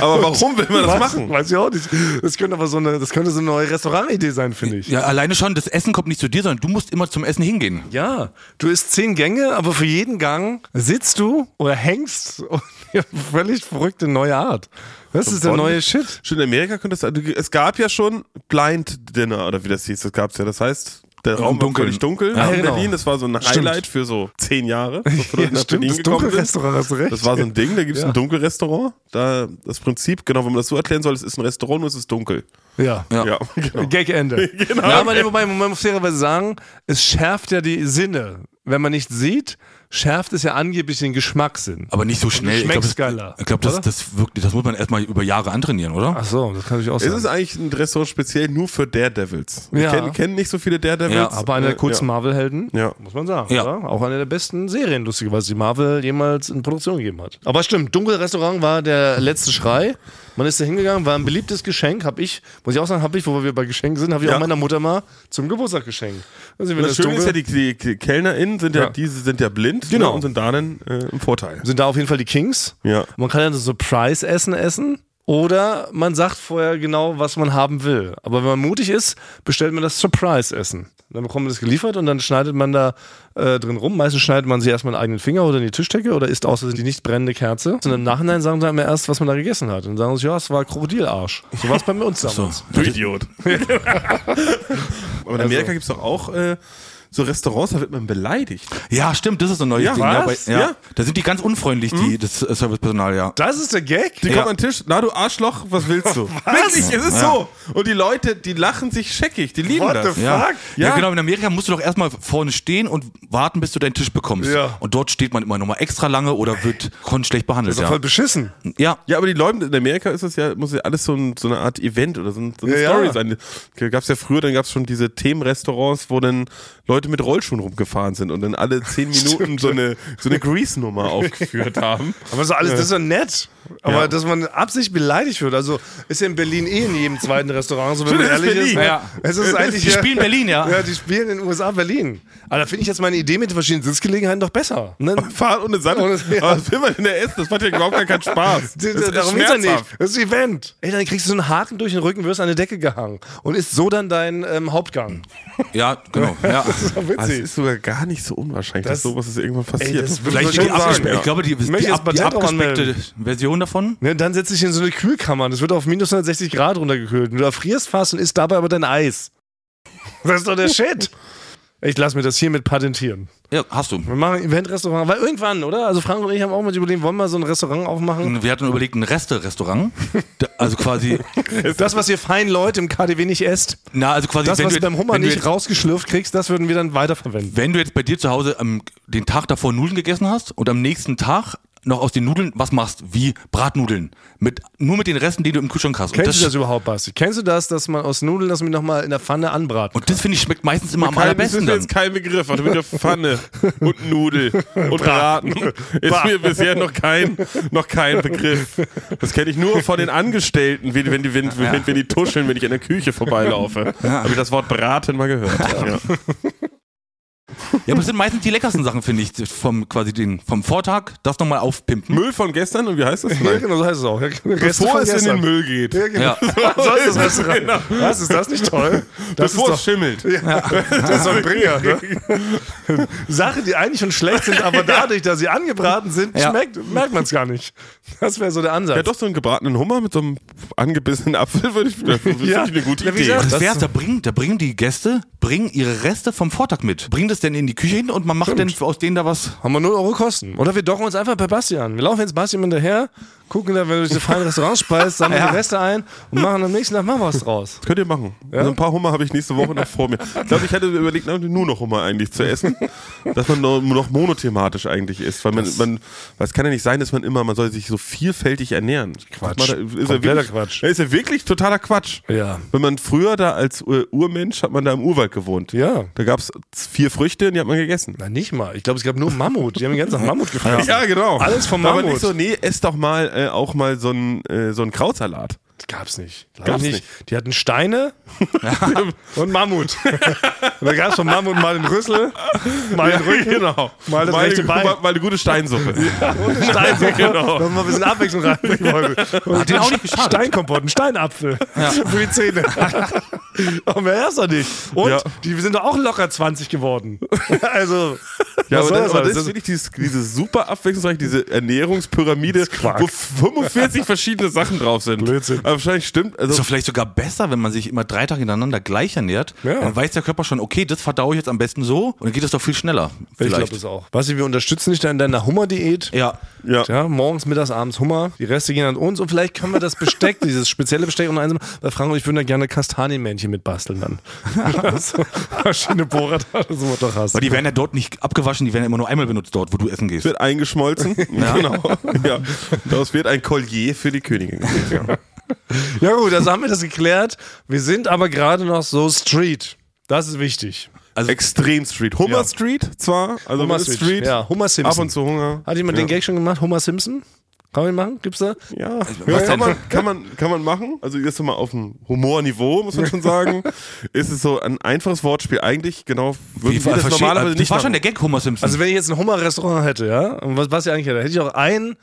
S3: Aber warum will man das
S2: Weiß-
S3: machen?
S2: Weiß ich auch nicht. Das könnte aber so eine, das könnte so eine neue Restaurantidee sein, finde ich.
S1: ja, alleine schon, das Essen kommt nicht zu dir, sondern du musst immer zum Essen hingehen.
S2: Ja, du isst zehn Gänge, aber für jeden Gang sitzt du oder hängst und völlig verrückte neue Art. Das ist der neue Shit.
S3: Schon in Amerika könnte es, also, es gab ja schon Blind Dinner oder wie das hieß, das gab es ja. Das heißt, der Raum war
S1: Dunkeln.
S3: völlig dunkel
S1: Ja,
S3: in
S2: genau.
S3: Berlin. Das war so ein
S2: Stimmt.
S3: Highlight für so zehn Jahre. bevor wir nach Berlin
S2: das
S3: gekommen sind.
S2: Dunkelrestaurant, hast du recht.
S3: Das war so ein Ding, da gibt es
S2: Ja.
S3: ein Dunkelrestaurant. Da das Prinzip, genau, wenn man das so erklären soll, es ist ein Restaurant und es ist dunkel.
S2: ja.
S1: Ja.
S3: Ja, genau.
S2: Gag-Ende.
S3: Genau.
S2: Ja, aber nee, wobei, man muss fairerweise sagen, es schärft ja die Sinne. Wenn man nicht sieht, schärft es ja angeblich den Geschmackssinn.
S1: Aber nicht so schnell. Ich glaube, das,
S2: schmeckst geiler,
S1: ich glaub, das,
S2: oder?
S1: das, wirklich, das muss man erstmal über Jahre antrainieren, oder?
S2: Ach so, das kann ich auch
S3: Es
S2: sagen.
S3: ist eigentlich ein Restaurant speziell nur für Daredevils. Wir
S2: Ja.
S3: kennen, kennen nicht so viele Daredevils.
S1: Ja,
S2: aber einer der
S3: Äh,
S2: kurzen Marvel-Helden,
S3: Ja.
S2: muss man sagen.
S1: Ja.
S2: Oder? Auch einer der besten Serien, lustigerweise, die Marvel jemals in Produktion gegeben hat. Aber stimmt, Dunkelrestaurant war der letzte Schrei. Man ist da hingegangen, war ein beliebtes Geschenk, habe ich, muss ich auch sagen, habe ich, wo wir bei Geschenken sind, habe ich
S3: Ja.
S2: auch meiner Mutter mal zum Geburtstag geschenkt. Das
S3: Ja. Das Schöne ist ja, die, die, die KellnerInnen sind ja,
S2: Ja.
S3: diese sind ja blind
S2: Genau.
S3: ne, und sind da dann äh, im Vorteil.
S2: sind da auf jeden Fall die Kings.
S3: Ja.
S2: Man kann ja so Surprise-Essen essen oder man sagt vorher genau, was man haben will. Aber wenn man mutig ist, bestellt man das Surprise-Essen. Dann bekommt man das geliefert und dann schneidet man da äh, drin rum. Meistens schneidet man sich erstmal einen eigenen Finger oder in die Tischdecke oder isst außerdem die nicht brennende Kerze. Und im Nachhinein sagen sie einem erst, was man da gegessen hat. Und dann sagen sie, ja, es war Krokodilarsch. So war es bei uns damals.
S3: Du Idiot. aber
S2: also
S3: in Amerika gibt es doch auch äh, so Restaurants, da wird man beleidigt.
S1: Ja, stimmt, das ist so ein neues
S3: Ja,
S1: Ding.
S3: was?
S1: Ja, bei, ja.
S3: Ja. Mhm.
S1: Da sind die ganz unfreundlich, die, das äh, Servicepersonal, ja.
S2: Das ist der Gag?
S3: Die
S1: Ja.
S3: kommt an den Tisch, na du Arschloch, was willst du? Wirklich, es ist so. Und die Leute, die lachen sich scheckig, die lieben
S2: What
S3: das.
S2: the
S1: Ja.
S2: Fuck?
S1: Ja.
S3: Ja.
S1: genau. In Amerika musst du doch erstmal vorne stehen und warten, bis du deinen Tisch bekommst.
S2: Ja.
S1: Und dort steht man immer nochmal extra lange oder wird kon schlecht behandelt.
S2: Das ist doch
S1: Ja.
S2: voll beschissen.
S1: ja.
S3: Ja, aber die Leute in Amerika ist es ja, muss ja alles so, ein, so eine Art Event oder so, ein- so eine
S2: Ja, ja.
S3: Story sein. Gab es ja früher, dann gab es schon diese Themenrestaurants, wo dann Leute mit Rollschuhen rumgefahren sind und dann alle zehn Minuten so eine, so eine Grease-Nummer aufgeführt haben.
S2: Aber so alles, das ist ja nett. Aber
S3: Ja.
S2: dass man absicht beleidigt wird, also ist ja in Berlin eh in jedem zweiten Restaurant, so wenn man
S3: Schön, das ist
S2: ehrlich ist.
S3: Berlin.
S2: ne?
S1: Ja.
S2: Es ist eigentlich
S1: Die spielen Berlin, ja.
S2: Ja, die spielen in den USA Berlin. Aber da finde ich jetzt meine Idee mit den verschiedenen Sitzgelegenheiten doch besser. Ne?
S3: Fahren ohne Sand.
S2: Ohne- ja.
S3: Aber was will man denn da essen? Das macht ja überhaupt gar keinen Spaß.
S2: D-
S3: Das
S2: d-
S3: ist
S2: Darum geht's ja nicht.
S3: schmerzhaft.
S2: Das ist ein Event. Ey, dann kriegst du so einen Haken durch den Rücken, wirst an die Decke gehangen und ist so dann dein ähm, Hauptgang.
S1: Ja, genau. Ja.
S2: Das ist doch
S3: Aber es
S2: witzig.
S3: ist sogar gar nicht so unwahrscheinlich, dass
S2: Das-
S3: sowas ist irgendwann
S2: Ey,
S3: passiert.
S2: das wird-
S1: Vielleicht
S2: Ich würd
S1: die
S2: schon sagen,
S1: abgespe-
S2: ja.
S1: Ich glaube, die,
S2: Möchte ich
S1: die,
S2: das
S1: ab, die
S2: Patent auch
S1: abgespeckte
S2: anmelden?
S1: Version Millionen davon.
S2: Ne, dann setzt dich in so eine Kühlkammer und es wird auf minus 160 Grad runtergekühlt. Und du erfrierst fast und isst dabei aber dein Eis. Das ist doch der Shit. Ich lasse mir das hiermit patentieren.
S1: Ja, hast du.
S2: Wir machen ein Eventrestaurant, weil irgendwann, oder? Also Frank und ich haben auch mal überlegt, wollen wir so ein Restaurant aufmachen?
S1: Wir hatten überlegt, ein Reste-Restaurant. Da- Also quasi,
S2: Das, was ihr feinen Leute im KDW nicht esst,
S1: na, also quasi,
S2: das,
S1: wenn,
S2: was
S1: du
S2: du
S1: jetzt,
S2: beim Hummer
S1: wenn, du
S2: nicht
S1: jetzt,
S2: rausgeschlürft kriegst, das würden wir dann weiterverwenden.
S1: wenn du jetzt bei dir zu Hause am, den Tag davor Nudeln gegessen hast und am nächsten Tag noch aus den Nudeln was machst, wie Bratnudeln. Mit, nur mit den Resten, die du im Kühlschrank hast.
S2: Kennst
S1: und
S2: du das
S1: das,
S2: überhaupt, Basti? Kennst du das, dass man aus Nudeln das mit nochmal in der Pfanne anbraten?
S1: und das finde ich schmeckt meistens immer am
S3: Kein-
S1: allerbesten
S3: Das ist
S1: dann.
S3: jetzt kein Begriff. Also mit der Pfanne und Nudel und Braten ist mir bisher noch kein, noch kein Begriff. Das kenne ich nur von den Angestellten, wie, wenn, die, wenn, wenn, wenn die tuscheln, wenn ich an der Küche vorbeilaufe. Habe ich das Wort Braten mal gehört.
S1: Ja, aber das sind meistens die leckersten Sachen, finde ich, vom, quasi den, vom Vortag, das nochmal aufpimpen.
S3: Müll von gestern und wie heißt das?
S2: Ja,
S3: Nein.
S2: genau, so heißt es auch.
S3: Bevor es in den Müll geht.
S2: Ja, genau.
S1: Ja.
S2: So heißt das Restaurant. Was, ist das nicht toll? Das
S3: Bevor es
S2: ist doch,
S3: schimmelt.
S2: das ist doch ein Bringer, ne? Sachen, die eigentlich schon schlecht sind, aber dadurch, dass sie angebraten sind,
S1: Ja.
S2: schmeckt, merkt man es gar nicht. Das wäre so der Ansatz.
S3: Ja, doch, so einen gebratenen Hummer mit so einem angebissenen Apfel würde ich, das finde
S2: Ja.
S3: ich eine gute
S2: Ja, wie
S3: Idee.
S2: gesagt,
S1: Das
S2: Das-
S1: wär's, da bringen, da bringen die Gäste, bringen ihre Reste vom Vortag mit. Bringen das denn in die Küche hin und man macht dann aus denen da was.
S2: Haben wir 0 Euro Kosten. Oder wir docken uns einfach bei Basti an. Wir laufen jetzt Basti hinterher, gucken dann, wenn du diese feinen Restaurants speist, sammeln die Reste ein und machen am nächsten Tag mal was draus.
S3: Könnt ihr machen. Also ein paar Hummer habe ich nächste Woche noch vor mir. Ich glaube, ich hätte überlegt, na, nur noch Hummer eigentlich zu essen. dass man nur noch monothematisch eigentlich ist. Weil man, man weil es kann ja nicht sein, dass man immer, man soll sich so vielfältig ernähren.
S2: Quatsch.
S3: Man, da ist ja
S2: Kompletter
S3: wirklich,
S2: Quatsch.
S3: Ja, Ist ja wirklich totaler Quatsch.
S2: Ja.
S3: Wenn man früher da als äh, Urmensch hat man da im Urwald gewohnt.
S2: Ja.
S3: Da gab es vier Früchte und die hat man gegessen.
S2: Na, nicht mal. Ich glaube, es gab nur Mammut. Die haben den ganzen Tag Mammut gefressen.
S3: genau.
S2: Alles vom
S3: Aber
S2: Mammut.
S3: nicht so, nee, ess doch mal äh, auch mal so einen äh, so einen Krautsalat.
S2: Gab's nicht. Glaub
S3: Gab's
S2: ich Die hatten Steine und Mammut. und da gab's von Mammut mal den Rüssel, mal den Rücken,
S3: genau.
S2: mal das
S3: Mal
S2: rechte
S3: eine,
S2: Bein.
S3: mal, mal eine gute Steinsuppe.
S2: Und eine Steinsuppe. genau. Dass wir ein bisschen Abwechslung reinbringen wollen.
S1: Hat denen auch nicht geschadet.
S2: Steinkompott, ein Steinapfel. Für die Zähne. Und mehr erst doch nicht. Und
S3: Ja.
S2: die sind doch auch locker 20 geworden. also,
S3: Ja,
S2: was
S3: aber
S2: soll
S3: das, aber das
S2: alles?
S3: ist wirklich dieses, diese super abwechslungsreich, diese Ernährungspyramide, wo 45 verschiedene Sachen drauf sind.
S2: Blödsinn.
S3: Aber wahrscheinlich stimmt,
S1: Ist
S3: also
S1: doch vielleicht sogar besser, wenn man sich immer drei Tage hintereinander gleich ernährt.
S2: Ja.
S1: Dann weiß der Körper schon, okay, das verdaue ich jetzt am besten so und dann geht das doch viel schneller.
S2: ich
S1: Vielleicht.
S2: glaube es auch. Basti, wir unterstützen dich da in deiner Hummerdiät.
S1: ja.
S3: ja.
S2: Ja, morgens, mittags, abends Hummer. Die Reste gehen an uns. Und vielleicht können wir das Besteck, dieses spezielle Besteck und einsam. Weil Frank und ich würden da gerne Kastanienmännchen mitbasteln dann. so, verschiedene Bohrer da, das du doch hast.
S1: Weil die werden ja dort nicht abgewaschen, die werden ja immer nur einmal benutzt dort, wo du essen gehst.
S3: wird eingeschmolzen. Ja. Genau. Ja. Daraus wird ein Collier für die Königin. Ja.
S2: Ja gut, also haben wir das geklärt. Wir sind aber gerade noch so Street. Das ist wichtig.
S3: Extrem Street. Hummer
S2: Ja.
S3: Street zwar,
S2: Hummer
S3: also Hummer Street,
S2: Street. Ja, Hummer Simpson.
S3: ab und zu Hunger.
S2: Hat jemand den Gag schon gemacht? Homer Simpson? Kann man den machen? Gibt's da?
S3: Ja,
S1: was
S3: kann,
S1: denn?
S3: man, kann, man, kann man machen. Also erst mal auf dem Humorniveau, muss man schon sagen. ist es so ein einfaches Wortspiel eigentlich, genau, würden wir das
S1: verstehe-
S3: normalerweise
S1: das
S3: nicht
S1: war schon
S3: machen.
S1: der Gag Homer Simpson.
S2: Also wenn ich jetzt ein Hummer-Restaurant hätte, ja, und was Basti eigentlich hätte, hätte ich auch einen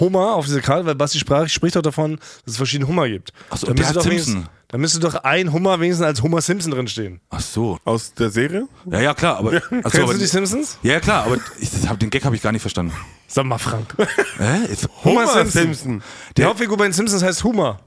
S2: Hummer auf diese Karte, weil Basti sprach, spricht doch davon, dass es verschiedene Hummer gibt.
S1: Ach so,
S2: Dann
S1: und der
S2: müsste
S1: hat
S2: doch
S1: Simpson.
S2: wenigstens- Dann müsste doch ein Hummer wenigstens als Homer Simpson drinstehen.
S1: Ach so.
S3: Aus der Serie?
S1: Ja, ja, klar, aber. Ach so,
S2: Kennst
S1: aber
S2: du die Simpsons?
S1: ja, ja, klar, aber ich, das hab, den Gag habe ich gar nicht verstanden.
S2: Sag mal, Frank.
S1: Hä? Ist,
S2: Homer
S1: Ah,
S3: Homer
S2: Simpson.
S3: Simpson.
S2: Die Hauptfigur bei den Simpsons heißt Hummer.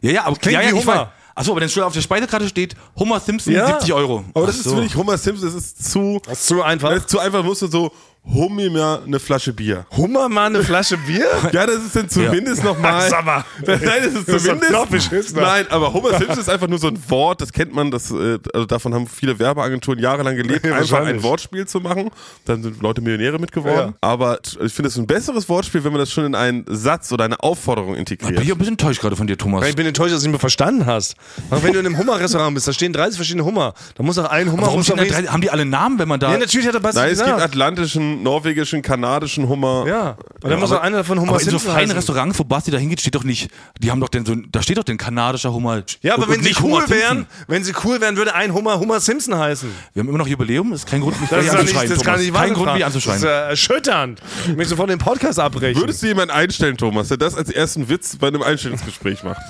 S1: ja, ja, aber
S2: Klingt
S1: ja, ja,
S2: wie
S1: ich
S2: Homer.
S1: weiß. Ach so, aber dann steht auf der Speisekarte steht Homer Simpson
S2: Ja.
S1: 70 Euro.
S3: Aber
S1: Ach
S3: das ist
S1: so.
S3: finde ich Homer Simpson, das ist zu
S2: Das ist zu einfach.
S3: das ist zu einfach, musst du so hol mir mal eine Flasche Bier.
S2: Hummer mal eine Flasche Bier?
S3: Ja, das ist dann zumindest noch nochmal.
S2: Sag mal.
S3: Nein, das ist
S2: Das ist doch noch
S3: zumindest.
S2: beschissener.
S3: Nein, aber Homer Simpson ist einfach nur so ein Wort, das kennt man, das, äh, also davon haben viele Werbeagenturen jahrelang gelebt,
S2: Ja,
S3: einfach
S2: wahrscheinlich.
S3: ein Wortspiel zu machen. Dann sind Leute Millionäre mit geworden.
S2: Ja.
S3: Aber ich finde es ist ein besseres Wortspiel, wenn man das schon in einen Satz oder eine Aufforderung
S1: Bin
S3: integriert.
S1: ich auch ein bisschen enttäuscht gerade von dir, Thomas.
S2: Ich bin enttäuscht, dass du nicht mehr verstanden hast. Aber wenn du in einem Hummer-Restaurant bist, da stehen 30 verschiedene Hummer. Da muss doch ein Hummer
S1: Warum
S2: muss
S1: stehen
S2: doch
S1: da drei,
S2: wenigstens-
S1: haben die alle Namen, wenn man da.
S2: Ja, natürlich hat er Basti
S3: Nein, es gibt
S2: gesagt.
S3: atlantischen, norwegischen, kanadischen Hummer.
S2: ja. Und dann muss doch einer von Hummer
S1: aber in so
S2: Simpson
S1: feinen
S2: heißen.
S1: Restaurants, wo Basti da hingeht, steht doch nicht, die haben doch denn so, ein- da steht doch den kanadischer Hummer.
S2: Ja, aber
S1: und-
S2: wenn
S1: und
S2: sie
S1: nicht
S2: cool
S1: Homer Simpson.
S2: wären, wenn sie cool wären, würde ein Hummer Hummer Simpson heißen.
S1: Wir haben immer noch Jubiläum, ist kein Grund, mich gleich
S2: doch
S1: anzuschreien.
S2: das kann
S1: Thomas.
S2: nicht wahr
S1: kein
S2: sein,
S1: Grund, mich
S2: Frank.
S1: anzuschreien.
S2: Das ist äh, erschütternd. Ich möchte sofort den Podcast abbrechen.
S3: Würdest du jemanden einstellen, Thomas, der das als ersten Witz bei einem Einstellungsgespräch macht?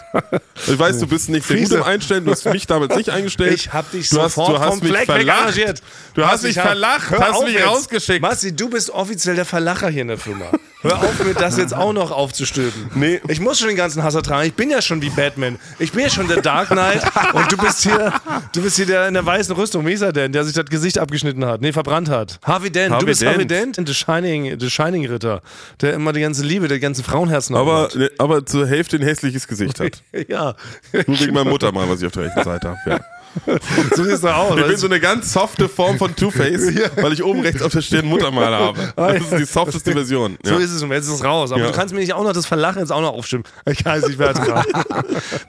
S3: Ich weiß, du bist nicht sehr gut
S2: Fiese.
S3: im Einstellen, du hast mich damals nicht eingestellt.
S2: ich hab dich
S3: Du hast-
S2: sofort
S3: du hast
S2: vom
S3: mich
S2: Fleck weg
S3: verlacht.
S2: engagiert.
S3: Du hast mich verlacht, hast mich rausgeschickt.
S2: Massi, Maxi, du bist offiziell der Verlacher hier in der Firma. Hör auf, mir das jetzt auch noch aufzustülpen.
S3: Nee.
S2: Ich muss schon den ganzen Hass ertragen. Ich bin ja schon wie Batman. Ich bin ja schon der Dark Knight. Und du bist hier, du bist hier der in der weißen Rüstung. Wie ist er denn? Der sich das Gesicht abgeschnitten hat. Nee, verbrannt hat. Harvey Dent.
S3: Harvey
S2: du bist Harvey
S3: Dent.
S2: Dent. The Shining, The Shining Ritter. Der immer die ganze Liebe, der ganzen Frauenherzen
S3: Aber, aber zur Hälfte ein hässliches Gesicht hat.
S2: abmacht. Ja.
S3: Nur wegen meiner Mutter mal, was ich auf der rechten Seite habe. Ja.
S2: So siehst du aus. Also
S3: Ich bin so eine ganz softe Form von Two-Face, weil ich oben rechts auf der Stirn Muttermale habe.
S2: Ah,
S3: Das ist
S2: ja.
S3: die softeste Version.
S2: So
S3: Ja.
S2: ist es und jetzt ist es raus. Aber
S3: Ja.
S2: du kannst mir nicht auch noch das Verlachen jetzt auch noch aufstimmen. Ich weiß nicht, wer hat's gemacht.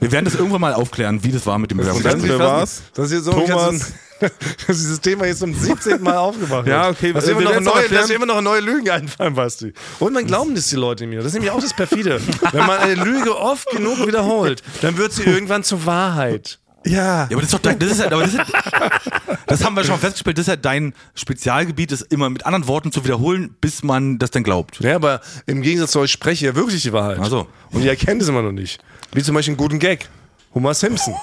S1: Wir werden das irgendwann mal aufklären, wie das war mit dem
S3: Und dann-
S1: Bewerbungsgespräch.
S3: wer war's?
S2: Das ist jetzt so
S3: Thomas?
S2: Dass dieses Thema jetzt zum 17. Mal aufgemacht
S3: Ja,
S2: wird.
S3: okay,
S2: Dass
S3: wir-
S2: immer,
S3: wir
S2: noch
S3: werden's auch
S2: neue,
S3: erklären.
S2: dass immer noch neue Lügen einfallen, Basti. Und man glauben das die Leute mir. Das ist nämlich auch das Perfide. Wenn man eine Lüge oft genug wiederholt, dann wird sie irgendwann zur Wahrheit.
S3: Ja.
S1: Ja, aber das ist doch dein, das ist ja, aber das, ist, das haben wir schon festgestellt, das ist ja dein Spezialgebiet, das immer mit anderen Worten zu wiederholen, bis man das dann glaubt.
S2: Ja, aber im Gegensatz zu euch spreche ich ja wirklich die Wahrheit.
S1: Ach so.
S2: Und ihr erkennt es immer noch nicht. Wie zum Beispiel einen guten Gag. Homer Simpson.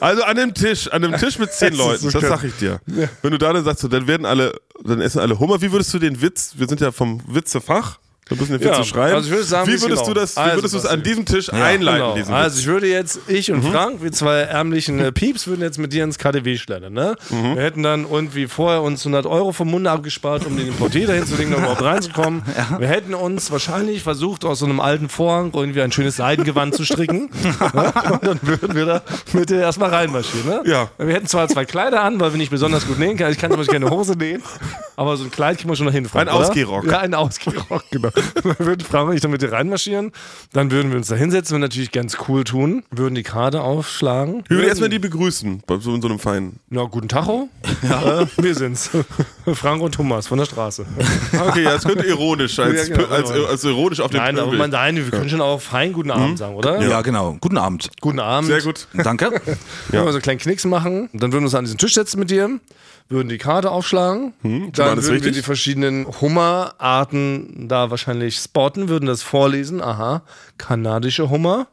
S3: Also an dem Tisch, an dem Tisch mit zehn
S2: Das ist
S3: Leuten,
S2: so
S3: das
S2: schlimm.
S3: sag ich dir. Wenn du da dann sagst, so, dann werden alle, dann essen alle Hummer. Wie würdest du den Witz, wir sind ja vom Witzefach, wir müssen den Witz
S2: Ja,
S3: schreiben.
S2: also ich würde sagen,
S3: wie
S2: wie
S3: würdest
S2: genau.
S3: du das, wie
S2: Also,
S3: würdest du es an
S2: Basti.
S3: diesem Tisch einleiten, Mhm.
S2: Genau.
S3: diesen Witz?
S2: Also ich würde jetzt, ich und Frank, wir zwei ärmlichen äh, Pieps, würden jetzt mit dir ins KDW schlendern, ne?
S3: Mhm.
S2: Wir hätten dann und wie vorher uns 100 Euro vom Munde abgespart, um den Portier dahin zu legen, um überhaupt reinzukommen. Wir hätten uns wahrscheinlich versucht, aus so einem alten Vorhang irgendwie ein schönes Seidengewand zu stricken. ne? Und dann würden wir da mit dir erstmal reinmarschieren, ne?
S3: Ja.
S2: Wir hätten zwar zwei Kleider an, weil wir nicht besonders gut nähen können. also Ich kann zum Beispiel keine Hose nähen, aber so ein Kleid kriegen wir schon noch hin, Frank,
S3: Ein
S2: oder?
S3: Ausgehrock.
S2: Ja, ein Ausgehrock, genau. Dann würden Frank und ich damit reinmarschieren. Dann würden wir uns da hinsetzen und natürlich ganz cool tun. Würden die Karte aufschlagen.
S3: wir würden erstmal die begrüßen, bei so, in so einem feinen.
S2: Na, guten Tacho. Äh, wir sind's. Frank und Thomas von der Straße.
S3: Ah, Okay, ja, das könnte ironisch, als,
S2: Ja, genau.
S3: als, als, ironisch auf den
S2: Nein, aber
S3: Pöbel.
S2: man, nein, wir können schon auch fein guten Abend sagen, oder?
S1: Ja, genau. Guten Abend.
S2: Guten Abend.
S3: Sehr gut.
S1: Danke. Oh,
S2: Würden wir so einen kleinen Knicks machen. Dann würden wir uns an diesen Tisch setzen mit dir, würden die Karte aufschlagen.
S3: war
S2: dann
S3: das
S2: würden wir
S3: richtig?
S2: die verschiedenen Hummerarten da wahrscheinlich spotten, würden das vorlesen. Aha, kanadische Hummer.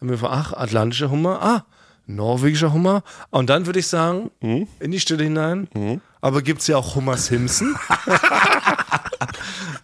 S2: Dann würden wir, ach, atlantische Hummer. Ah, norwegischer Hummer. Und dann würde ich sagen,
S3: Hm?
S2: in die Stille hinein, aber gibt es ja auch Hummer Simpson?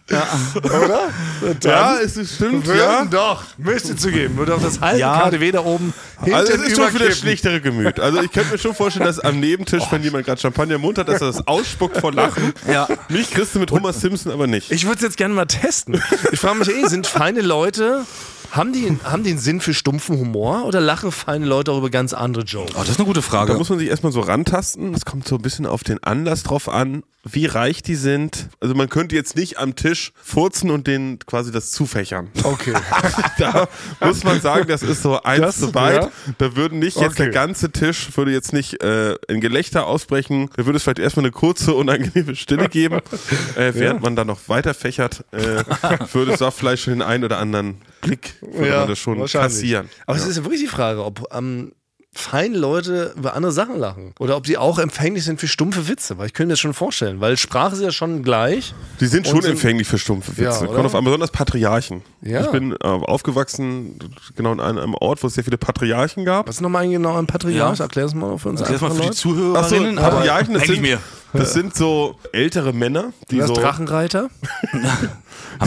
S3: Ja, es ist stimmt,
S2: Würden
S3: ja.
S2: doch, müsste zugeben. Würde auf das halbe KDW da oben hinten
S3: Also es ist schon für das
S2: überkippen. Oh.
S3: schlichtere Gemüt. Also ich könnte mir schon vorstellen, dass am Nebentisch, wenn jemand gerade Champagner im Mund hat, dass er das ausspuckt vor Lachen.
S1: Ja.
S3: Mich kriegst du mit Homer Simpson aber nicht.
S2: Ich würde es jetzt gerne mal testen. Ich frage mich eh, sind feine Leute, haben die, haben die einen Sinn für stumpfen Humor oder lachen feine Leute auch über ganz andere Jokes?
S1: Oh, das ist eine gute
S3: Da
S1: Frage.
S3: muss man sich erstmal so rantasten. Es kommt so ein bisschen auf den Anlass drauf an, wie reich die sind. Also man könnte jetzt nicht am Tisch furzen und denen quasi das zufächern.
S2: Okay.
S3: Da muss man sagen, das ist so eins
S2: Das-
S3: zu weit.
S2: ja.
S3: Da würden nicht jetzt
S2: Okay.
S3: der ganze Tisch, würde jetzt nicht äh, in Gelächter ausbrechen. Da würde es vielleicht erstmal eine kurze, unangenehme Stille geben. Äh, während man dann noch weiter fächert, äh, würde es da vielleicht schon den einen oder anderen Blick würde man das schon
S2: wahrscheinlich.
S3: kassieren.
S2: Aber es ist ja wirklich die Frage, ob ähm, feine Leute über andere Sachen lachen oder ob die auch empfänglich sind für stumpfe Witze, weil ich könnte mir das schon vorstellen, weil Sprache ist ja schon gleich.
S3: Die sind
S2: Und
S3: schon
S2: sind-
S3: empfänglich für stumpfe Witze.
S2: Ja, oder?
S3: Kommt auf an, besonders Patriarchen.
S2: Ja.
S3: Ich bin äh, aufgewachsen, genau in einem, einem Ort, wo es sehr viele Patriarchen gab.
S2: Was ist nochmal ein genau ein Patriarch?
S1: Ja.
S2: Erklär das mal für uns.
S1: Das ist erstmal für die
S2: Leute.
S3: Ach so,
S1: Zuhörerinnen, aber
S3: Patriarchen, das
S1: eigentlich
S3: sind,
S1: mir.
S3: das sind so ältere Männer, die
S2: Das
S3: so
S2: Drachenreiter?
S1: Haben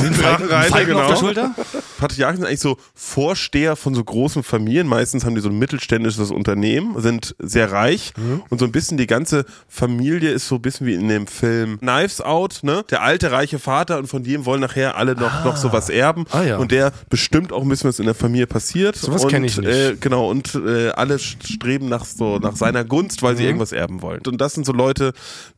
S1: wir einen Falken-
S3: Drachenreiter,
S1: Falken auf der
S3: genau.
S1: Schulter?
S3: Patriarchen sind eigentlich so Vorsteher von so großen Familien. Meistens haben die so ein mittelständisches Unternehmen, sind sehr reich
S2: Mhm.
S3: und so ein bisschen die ganze Familie ist so ein bisschen wie in dem Film Knives Out, ne? Der alte reiche Vater und von dem wollen nachher alle noch, noch sowas erben.
S2: Ah, ja.
S3: Und der bestimmt auch ein bisschen, was in der Familie passiert.
S2: Sowas
S3: Und,
S2: kenn ich nicht.
S3: Äh, genau, und äh, alle st- streben nach so nach seiner Gunst, weil
S2: Mhm.
S3: sie irgendwas erben wollen. Und das sind so Leute,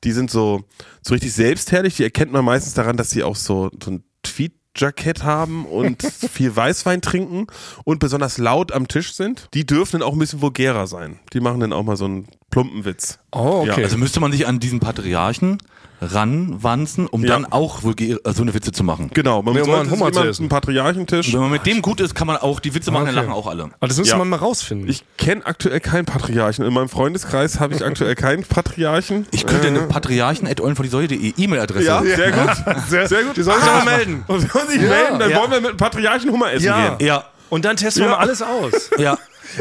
S3: die sind so, so richtig selbstherrlich, die erkennt man meistens daran, dass sie auch so, so ein Tweet Jackett haben und viel Weißwein trinken und besonders laut am Tisch sind, die dürfen dann auch ein bisschen vulgärer sein. Die machen dann auch mal so einen plumpen Witz.
S2: Oh, okay.
S3: Ja,
S1: Also müsste man sich an diesen Patriarchen ranwanzen, um
S3: Ja.
S1: dann auch vulgär, äh, so eine Witze zu machen.
S3: Genau, man
S2: Nee, um mal
S3: sollte
S2: einen Hummer
S3: sich immer
S2: zu essen.
S3: einen Patriarchentisch.
S1: Wenn man mit dem gut ist, kann man auch die Witze machen, dann
S2: Okay.
S1: lachen auch alle.
S2: Aber das müsste
S3: Ja.
S2: man mal rausfinden.
S3: Ich kenne aktuell keinen Patriarchen. In meinem Freundeskreis habe ich aktuell keinen Patriarchen.
S1: Ich könnte eine patriarchen.eulenvonliesäule.de E-Mail-Adresse.
S3: Äh. Ja, sehr gut. Sehr, gut. Die sollen
S2: Ah.
S3: Und sollen sich
S2: Ja.
S3: melden, dann
S1: Ja.
S3: wollen wir mit einem Patriarchen Hummer essen
S2: Ja.
S3: gehen.
S1: Ja,
S2: Und dann testen wir
S3: Ja.
S2: mal alles aus.
S1: ja.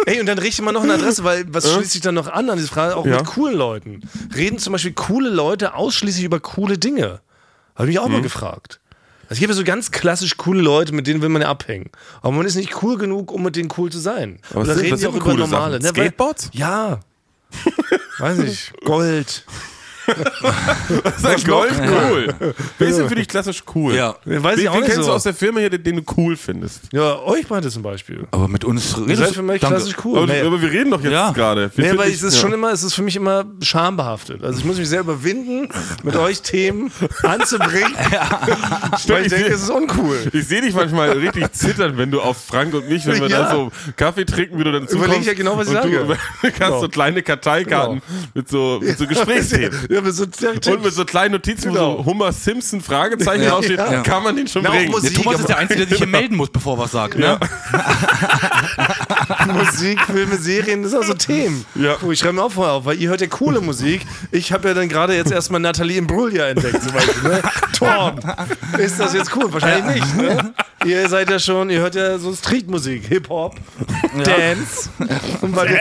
S2: Ey, und dann richte man noch eine Adresse, weil was schließt sich dann noch an an diese Frage? Auch
S3: Äh? Ja.
S2: mit coolen Leuten. Reden zum Beispiel coole Leute ausschließlich über coole Dinge? Habe ich auch
S3: Mhm.
S2: mal gefragt. Es gibt ja so ganz klassisch coole Leute, mit denen will man ja abhängen. Aber man ist nicht cool genug, um mit denen cool zu sein. Und
S3: Aber was
S2: dann
S3: sind-
S2: reden
S3: was
S2: die auch
S3: sind
S2: über
S3: coole
S2: normale.
S3: Sachen?
S2: Ne, weil-
S3: Skateboards?
S2: Ja. Weiß ich. Gold.
S3: Das ist Golf cool. Wer ist denn für dich klassisch cool?
S1: Ja.
S2: Weiß
S3: Wen,
S2: ich auch
S3: wen
S2: nicht
S3: kennst
S2: so.
S3: du aus der Firma hier, den, den du cool findest?
S2: Ja, euch beide zum Beispiel.
S1: Aber mit uns
S2: Ihr
S1: redest
S2: seid für mich
S1: Danke.
S2: klassisch cool.
S3: Aber,
S2: Nee.
S3: aber wir reden doch jetzt
S1: Ja.
S3: gerade. Wir
S2: Nee,
S3: finden
S2: aber
S3: dich-
S2: es ist
S3: ja.
S2: schon immer, es ist für mich immer schambehaftet. Also ich muss mich sehr überwinden, mit euch Themen anzubringen, weil ich denke,
S3: ich seh-
S2: es ist uncool.
S3: Ich sehe dich manchmal richtig zittern, wenn du auf Frank und mich, wenn wir
S2: Ja.
S3: da so Kaffee trinken, wie du dann zukommst.
S2: Überleg ich ja genau, was ich
S3: und
S2: sage.
S3: Du hast
S2: Genau.
S3: so kleine Karteikarten mit so, mit so Gesprächsthemen.
S2: Ja, mit so
S3: Und mit so kleinen Notizen, wo
S2: Genau.
S3: so Homer Simpson Fragezeichen
S2: Ja.
S3: draufsteht,
S2: Ja.
S3: kann man den schon
S2: Na, auch
S3: bringen.
S1: Der
S2: Musik,
S1: Thomas
S2: aber-
S1: ist der Einzige, der sich hier melden muss, bevor er was sagt. Ne?
S2: Musik, Filme, Serien, das sind auch so Themen.
S3: Ja.
S2: Puh, ich schreibe mir auch vorher auf, weil ihr hört ja coole Musik. Ich habe ja dann gerade jetzt erstmal Nathalie Imbruglia entdeckt, zum Beispiel. Ne? Torm. Ist das jetzt cool? Wahrscheinlich nicht. Ne? Ihr seid ja schon, ihr hört ja so Streetmusik, Hip-Hop, Dance. Und weil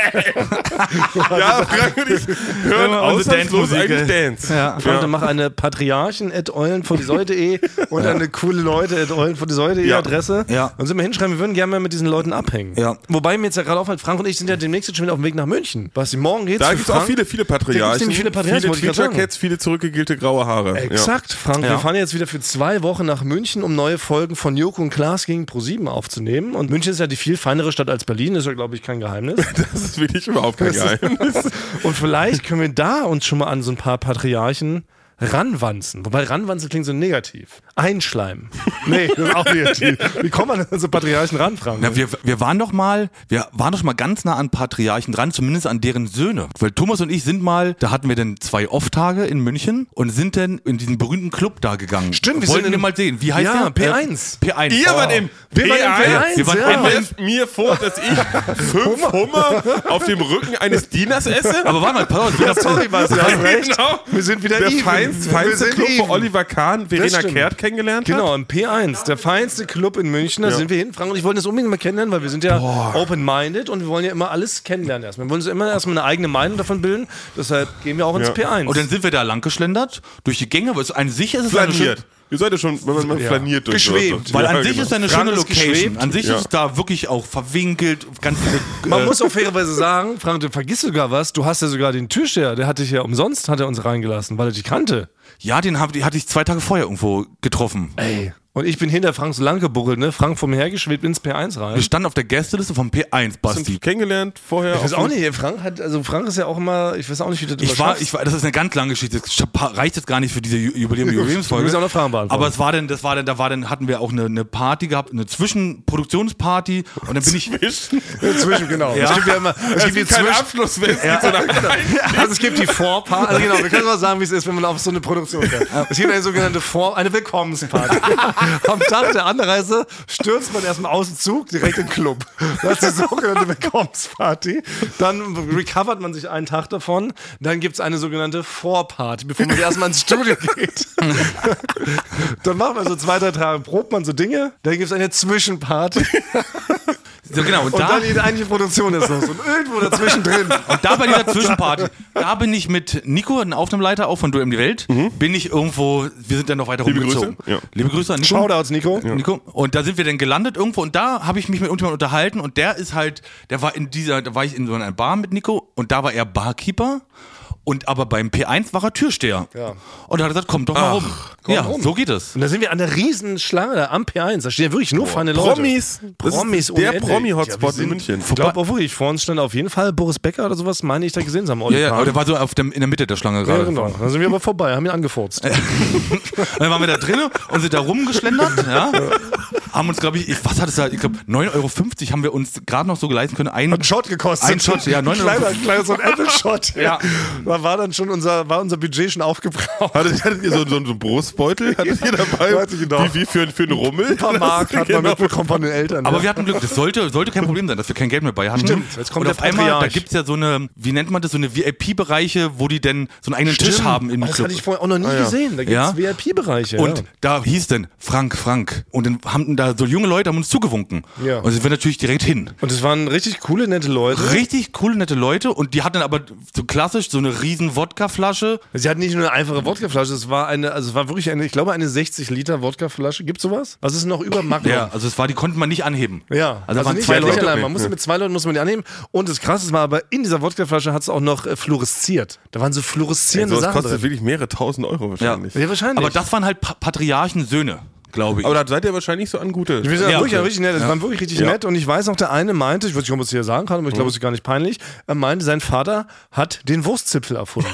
S3: Ja, Frank also und ich hören
S1: Ja, unsere
S3: ausnahmslos
S1: Dance-Musik,
S3: eigentlich
S1: ey.
S3: Dance.
S1: Ja.
S2: Frank, dann mach eine Patriarchen at eulenvondisäute.de und eine coole Leute at eulenvondisäute.de
S3: Ja.
S2: Adresse.
S1: Ja.
S2: Und sind wir hinschreiben, wir würden gerne mal mit diesen Leuten abhängen.
S1: Ja.
S2: Wobei mir jetzt ja gerade auffällt, Frank und ich sind ja demnächst jetzt schon wieder auf dem Weg nach München. Basti, morgen geht's
S3: Da
S2: zu
S3: gibt es auch
S2: Frank.
S3: viele, viele
S2: Da gibt's
S3: Patriarchen.
S2: nämlich viele Patriarchen,
S3: viele
S2: wollte ich grad sagen.
S3: Tweetercats, viele zurückgegelte graue Haare.
S2: Exakt, Frank. Wir
S1: Ja.
S2: fahren jetzt wieder für zwei Wochen nach München, um neue Folgen von Joko und Klaas gegen ProSieben aufzunehmen. Und München ist ja die viel feinere Stadt als Berlin, ist ja, glaube ich, kein Geheimnis.
S3: Ja. Das ist wirklich überhaupt kein Geheimnis.
S2: Und vielleicht können wir da uns schon mal an so ein paar Patriarchen ranwanzen. Wobei ranwanzen klingt so negativ. Einschleimen. Nee, das ist auch negativ. Wie kommt man an so Patriarchen ran, Frank?
S1: Na, wir, wir waren doch mal, wir waren doch schon mal ganz nah an Patriarchen dran, zumindest an deren Söhne. Weil Thomas und ich sind mal, da hatten wir dann zwei Off-Tage in München und sind dann in diesen berühmten Club da gegangen.
S2: Stimmt, wir
S1: wir Wollten
S2: sind in-
S1: wir mal sehen. Wie heißt
S2: Ja,
S1: der?
S2: P1.
S1: Äh, P1.
S3: Ihr wart im
S2: Wir waren im
S3: P1.
S1: Wir waren
S2: ja.
S1: im
S3: Und wirft mir vor, dass ich fünf Hummer auf dem Rücken eines Dieners esse?
S1: Aber warte mal, pass auf, ich bin auf-
S2: Sorry, Basti, du hast recht.
S3: Genau.
S2: Wir sind wieder
S3: der
S2: even.
S3: feinste,
S2: Wir
S3: feinste
S2: sind
S3: Club, wo
S2: even.
S3: Oliver Kahn
S2: Das
S3: Verena
S2: stimmt.
S3: Kehrt kennengelernt hat.
S2: Genau, im P1, der feinste Club in München, da sind wir hin. Frank und ich wollten das unbedingt mal kennenlernen, weil wir sind ja open-minded und wir wollen ja immer alles kennenlernen erstmal. Wir wollen uns immer erstmal eine eigene Meinung davon bilden, deshalb gehen wir auch ins
S3: Ja. Oh,
S2: P1.
S1: Und dann sind wir da lang geschlendert, durch die Gänge, weil es an sich ist es eine schöne,
S3: Flaniert. Ihr seid ja schon, wenn man mal
S2: Ja.
S3: flaniert durch
S2: Geschwebt.
S1: weil
S3: Ja,
S1: an sich
S3: genau.
S1: ist es eine
S2: Frank
S1: schöne
S2: ist
S1: Location.
S2: geschwebt.
S1: An sich
S3: Ja.
S1: ist es da wirklich auch verwinkelt, ganz viele,
S2: Man
S1: äh,
S2: muss auch fairerweise sagen, Frank, du vergisst sogar was, du hast ja sogar den Türsteher, der hat dich ja umsonst, hat er uns reingelassen, weil er dich kannte.
S1: Ja, den hab, die hatte ich zwei Tage vorher irgendwo getroffen.
S2: Ey. Und ich bin hinter Franks Lang gebuckelt, ne? Frank vor mir hergeschwebt ins P1 rein.
S1: Wir standen auf der Gästeliste vom P1, Basti.
S3: Kennengelernt vorher.
S2: Ich weiß
S3: auf
S2: auch
S3: dem-
S2: nicht, ey, Frank hat, also Frank ist ja auch immer, ich weiß auch nicht, wie du das
S1: Ich
S2: immer
S1: war,
S2: schaffst.
S1: ich war, das ist eine ganz lange Geschichte. Das scha- pa- reicht jetzt gar nicht für diese Ju- Jubiläum
S2: Wir
S1: Jubiläumsfolge.
S2: müssen auch noch Fragen beantworten.
S1: Aber es war denn, das war denn, da war denn, hatten wir auch eine, eine Party gehabt, eine Zwischenproduktionsparty. Und dann bin ich,
S2: Zwischen, genau. Es gibt ja immer, es gibt die
S3: keinen
S2: Zwischen-
S3: Abschluss mehr.
S2: Also es gibt die Vorparty. Also genau, wir können mal sagen, wie es ist, wenn man auf so eine Produktion geht. Es gibt eine sogenannte Vor-, eine Willkommensparty. Am Tag der Anreise stürzt man erstmal aus dem Zug direkt in den Club. Das ist die sogenannte Willkommensparty. Dann recovert man sich einen Tag davon. Dann gibt es eine sogenannte Vorparty, bevor man erstmal ins Studio geht. Dann macht man so zwei, drei Tage, probt man so Dinge. Dann gibt es eine Zwischenparty.
S1: so genau, und,
S2: Und
S1: da,
S2: dann die eigentliche Produktion ist los. Und irgendwo dazwischen drin.
S1: und da bei dieser Zwischenparty, da bin ich mit Nico, einem Aufnahmeleiter auch von Duell um die Welt,
S2: Mhm.
S1: bin ich irgendwo, wir sind dann noch weiter
S3: Liebe
S1: rumgezogen.
S3: Grüße, ja.
S1: Liebe Grüße an Nico.
S2: Shoutouts, Nico.
S1: Nico. Und da sind wir dann gelandet irgendwo und da habe ich mich mit irgendjemandem unterhalten und der ist halt, der war in dieser, da war ich in so einer Bar mit Nico und da war er Barkeeper und aber beim P1 war er Türsteher.
S2: Ja.
S1: Und da hat er gesagt, komm doch mal rum. ja,
S2: rum.
S1: so geht es.
S2: Und da sind wir an der riesen Schlange da am P1. Da stehen ja wirklich nur feine Leute.
S3: Promis. Das ist
S2: Promis ohne
S3: Der
S2: Ende. Ja, wir
S3: Promi-Hotspot
S2: sind-
S3: in München.
S2: Ich glaube auch wirklich, vor uns stand auf jeden Fall Boris Becker oder sowas, meine ich, da gesehen zu haben.
S1: Ja, ja, aber der war so auf dem, in der Mitte der Schlange gerade.
S2: Ja, genau. Dann sind wir aber vorbei, haben ihn angefurzt.
S1: Und dann waren wir da drinnen und sind da rumgeschlendert, ja. Haben uns, glaube ich, ich, was hat es da, ich glaube, 9,50 Euro haben wir uns gerade noch so geleisten können. Einen,
S2: Ein Shot gekostet.
S1: Ein Shot, ja, neun Euro.
S2: kleiner, kleiner, so ein Apple-Shot.
S1: Ja.
S2: Da war dann schon unser, war unser Budget schon aufgebraucht.
S3: Hattet, hattet ihr so, so einen Brustbeutel? Hattet ihr dabei?
S2: weiß ich genau.
S3: Wie, wie für, für einen Rummel?
S2: Ein paar Mark hat
S3: genau.
S2: man mitbekommen von den Eltern.
S1: Aber
S2: ja.
S1: wir hatten Glück, das sollte, sollte kein Problem sein, dass wir kein Geld mehr bei hatten.
S2: Stimmt, jetzt kommt
S1: und
S2: der
S1: auf einmal, da
S2: Patriarch.
S1: gibt's ja so eine, wie nennt man das, so eine VIP-Bereiche, wo die denn so einen eigenen Tisch haben im
S2: Oh, Das
S1: Club.
S2: hatte ich vorher auch noch nie gesehen. Da gibt
S1: Ja.
S2: es VIP-Bereiche.
S1: und
S2: ja.
S1: da hieß denn Frank, Frank. Und dann haben, da da so junge Leute haben uns zugewunken.
S2: Ja.
S1: Und sind wir natürlich direkt hin.
S2: Und es waren richtig coole, nette Leute.
S1: Richtig coole, nette Leute und die hatten aber so klassisch so eine riesen Wodkaflasche.
S2: Sie hatten nicht nur eine einfache Wodkaflasche, es war eine, also es war wirklich eine, ich glaube, eine 60 Liter Wodkaflasche. Gibt's sowas? Was ist noch über Magnum?
S1: Ja, also es war, die konnten man nicht anheben.
S2: Ja,
S1: also, da waren
S2: nicht,
S1: zwei
S2: nicht
S1: Leute.
S2: allein. Man musste mit zwei Leuten muss man die annehmen. Und das Krasseste war aber, in dieser Wodkaflasche hat es auch noch äh, fluoresziert. Da waren so fluoreszierende
S3: So, das
S2: Sachen
S3: kostet
S2: drin.
S3: wirklich mehrere tausend Euro wahrscheinlich.
S2: Ja, wahrscheinlich.
S1: Aber das waren halt pa Patriarchen Söhne, glaube ich.
S3: Aber da seid ihr wahrscheinlich so an gute.
S2: Wir sind ja,
S1: Ja,
S2: wirklich,
S1: okay.
S2: richtig nett. Das waren wirklich richtig nett. Und ich weiß noch, der eine meinte, ich weiß nicht, ob man es hier sagen kann, aber
S1: Mhm.
S2: ich glaube, es ist gar nicht peinlich. Er meinte, sein Vater hat den Wurstzipfel erfunden.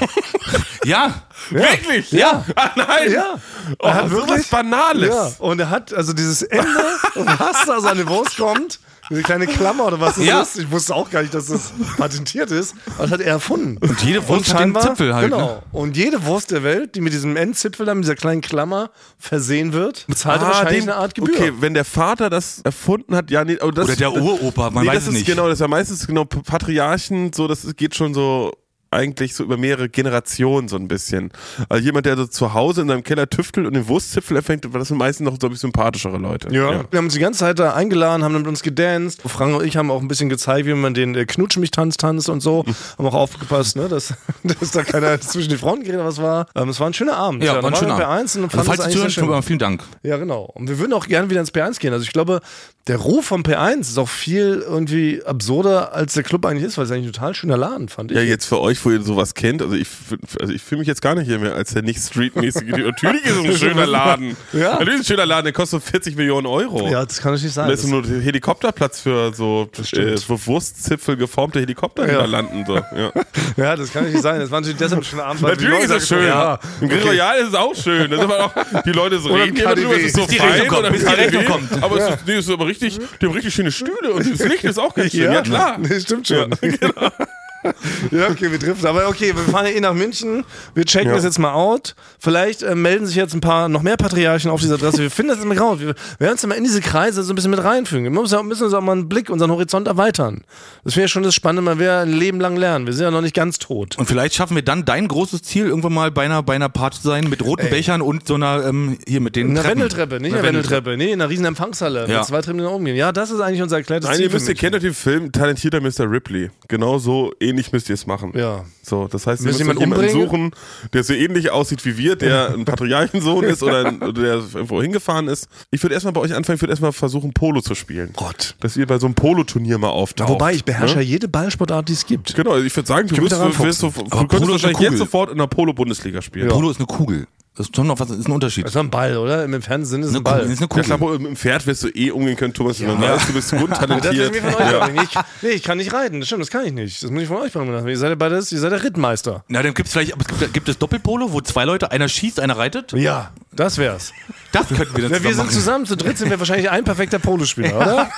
S1: ja,
S3: Wirklich?
S2: Ja.
S3: Ah, nein.
S2: ja.
S3: Oh, sowas Banales.
S2: Ja. Und er hat also dieses Ende, und was da seine Wurst kommt, diese kleine Klammer oder was das
S1: Ja.
S2: ist. Ich wusste auch gar nicht, dass das patentiert ist. Aber das hat er erfunden.
S1: Und jede Wurst hat den Zipfel halt,
S2: Genau.
S1: ne?
S2: Und jede Wurst der Welt, die mit diesem Endzipfel, dann mit dieser kleinen Klammer versehen wird,
S1: Ah,
S2: bezahlt er wahrscheinlich
S3: dem-
S2: eine Art Gebühr.
S3: Okay, wenn der Vater das erfunden hat, ja, nee, aber das,
S1: oder der Uropa, man
S3: nee,
S1: weiß
S3: das
S1: es
S3: ist
S1: nicht.
S3: Genau, das ist ja meistens genau P- Patriarchen, so, das ist- geht schon so eigentlich so über mehrere Generationen so ein bisschen. Also jemand, der so zu Hause in seinem Keller tüftelt und den Wurstzipfel erfängt, das sind meistens noch, glaube ich, sympathischere Leute.
S2: Ja. Wir haben uns die ganze Zeit da eingeladen, haben dann mit uns gedanced. Frank und ich haben auch ein bisschen gezeigt, wie man den äh, Knutsch mich tanz tanzt und so. Haben auch aufgepasst, ne, dass, dass da keiner zwischen die Frauen geredet hat, was war. Ähm, es war ein schöner Abend.
S1: Ja, war ein
S2: dann
S1: schöner
S2: wir bei
S1: Abend.
S2: eins und fanden
S1: Also falls du
S2: es eigentlich sehr
S1: zuhörst,
S2: schön.
S1: vielen Dank.
S2: Ja, genau. Und wir würden auch gerne wieder ins P1 gehen. Also ich glaube, der Ruf vom P1 ist auch viel irgendwie absurder, als der Club eigentlich ist, weil es eigentlich ein total schöner Laden, fand ich.
S3: Ja, jetzt für euch, wo ihr sowas kennt, also ich, f- also ich fühle mich jetzt gar nicht hier mehr als der nicht streetmäßige. Typ. Natürlich ist es ein schöner Laden.
S2: Ja.
S3: Natürlich ist ein schöner Laden, der kostet so 40 Millionen Euro.
S2: Ja, das kann doch nicht sein.
S3: Da ist
S2: Das-
S3: nur der Helikopterplatz für so äh,
S2: stimmt.
S3: so Wurstzipfel geformte Helikopter, die
S2: Ja.
S3: da landen. So. Ja.
S2: Ja, das kann doch nicht sein. Das war natürlich deshalb ein schöner Abend. weil die
S3: Natürlich ist
S2: Leute-
S3: das schön.
S2: Ja.
S3: Im Grill Royal ist es auch schön. Das ist aber auch, die Leute so
S2: Oder
S3: reden
S2: im
S3: immer drüber,
S2: KDW.
S3: es ist so
S1: Bis die
S3: fein
S1: Rechnung kommt,
S3: oder im
S1: bis die Rechnung
S3: KDW,
S1: kommt.
S3: Aber es ist, nee, es ist aber richtig, die haben richtig schöne Stühle und das Licht ist auch ganz schön.
S2: Ja.
S3: Ja, klar.
S2: ne? Nee, stimmt schon. Ja, genau. okay, wir driften. Aber okay, wir fahren ja eh nach München. Wir checken das jetzt mal out. Vielleicht äh, melden sich jetzt ein paar noch mehr Patriarchen auf diese Adresse. Wir finden das immer raus. Wir werden uns immer in diese Kreise so ein bisschen mit reinfügen. Wir müssen, ja- müssen uns auch mal einen Blick, unseren Horizont erweitern. Das wäre ja schon das Spannende, man will ja ein Leben lang lernen. Wir sind ja noch nicht ganz tot.
S1: Und vielleicht schaffen wir dann dein großes Ziel, irgendwann mal bei einer, bei einer Party zu sein, mit roten Bechern und so einer, ähm, hier mit den
S2: In der
S1: Treppen.
S2: Wendeltreppe, nicht in der Wendeltreppe. Nee, in einer riesen Empfangshalle.
S1: Ja.
S2: Mit zwei Treppen die nach oben gehen. Ja, das ist eigentlich unser erklärtes
S3: Nein,
S2: Ziel.
S3: ihr
S2: für
S3: müsst, ihr
S2: München.
S3: kennt doch den Film Talentierter Mr. Ripley. Genau so ähnlich müsst ihr es machen.
S2: Ja.
S3: So, das heißt, ihr
S2: Müsst
S3: müsst,
S2: jemand
S3: euch jemanden
S2: umbringen?
S3: suchen, der so ähnlich aussieht wie wir, der ein Patriarchensohn ist oder, ein, oder der irgendwo hingefahren ist. Ich würde erstmal bei euch anfangen, ich würde erstmal versuchen, Polo zu spielen.
S2: Gott.
S3: Dass ihr bei so einem Polo-Turnier mal auftaucht.
S2: Wobei, ich beherrsche ja
S3: Ne?
S2: jede Ballsportart, die es gibt.
S3: Genau, ich würde sagen, du,
S2: kann mich
S3: wirst,
S2: daran
S3: du, wirst so,
S2: fuchsen.
S3: du
S1: Aber
S3: könntest
S1: Polo ist eine
S3: wahrscheinlich jetzt
S1: Kugel.
S3: sofort in der Polo-Bundesliga spielen.
S1: Polo ist eine Kugel. Das ist schon noch was, ist ein Unterschied.
S2: Das ist ein Ball, oder? Im entfernten Sinne Ne, ist es ein
S1: eine Kugel.
S2: Also Ball.
S1: Ist eine
S3: Ja,
S1: Kugel.
S3: klar, Polo, mit dem Pferd wirst du eh umgehen können, Thomas. wenn Man
S1: Ja.
S3: weiß, du bist
S2: Das will ich
S3: untalentiert.
S2: mir von euch beibringen. Ich, nee, ich kann nicht reiten. Das stimmt, das kann ich nicht. Das muss ich von euch beibringen. lassen. Ihr seid ja beides, ihr seid der Rittmeister.
S1: Na, dann gibt's vielleicht, aber es gibt, gibt es Doppelpolo, wo zwei Leute, einer schießt, einer reitet?
S2: Ja, das wär's.
S1: Das könnten wir dann
S2: Ja, wir
S1: zusammen
S2: sind
S1: machen.
S2: zusammen, zu dritt sind wir wahrscheinlich ein perfekter Polospieler, oder?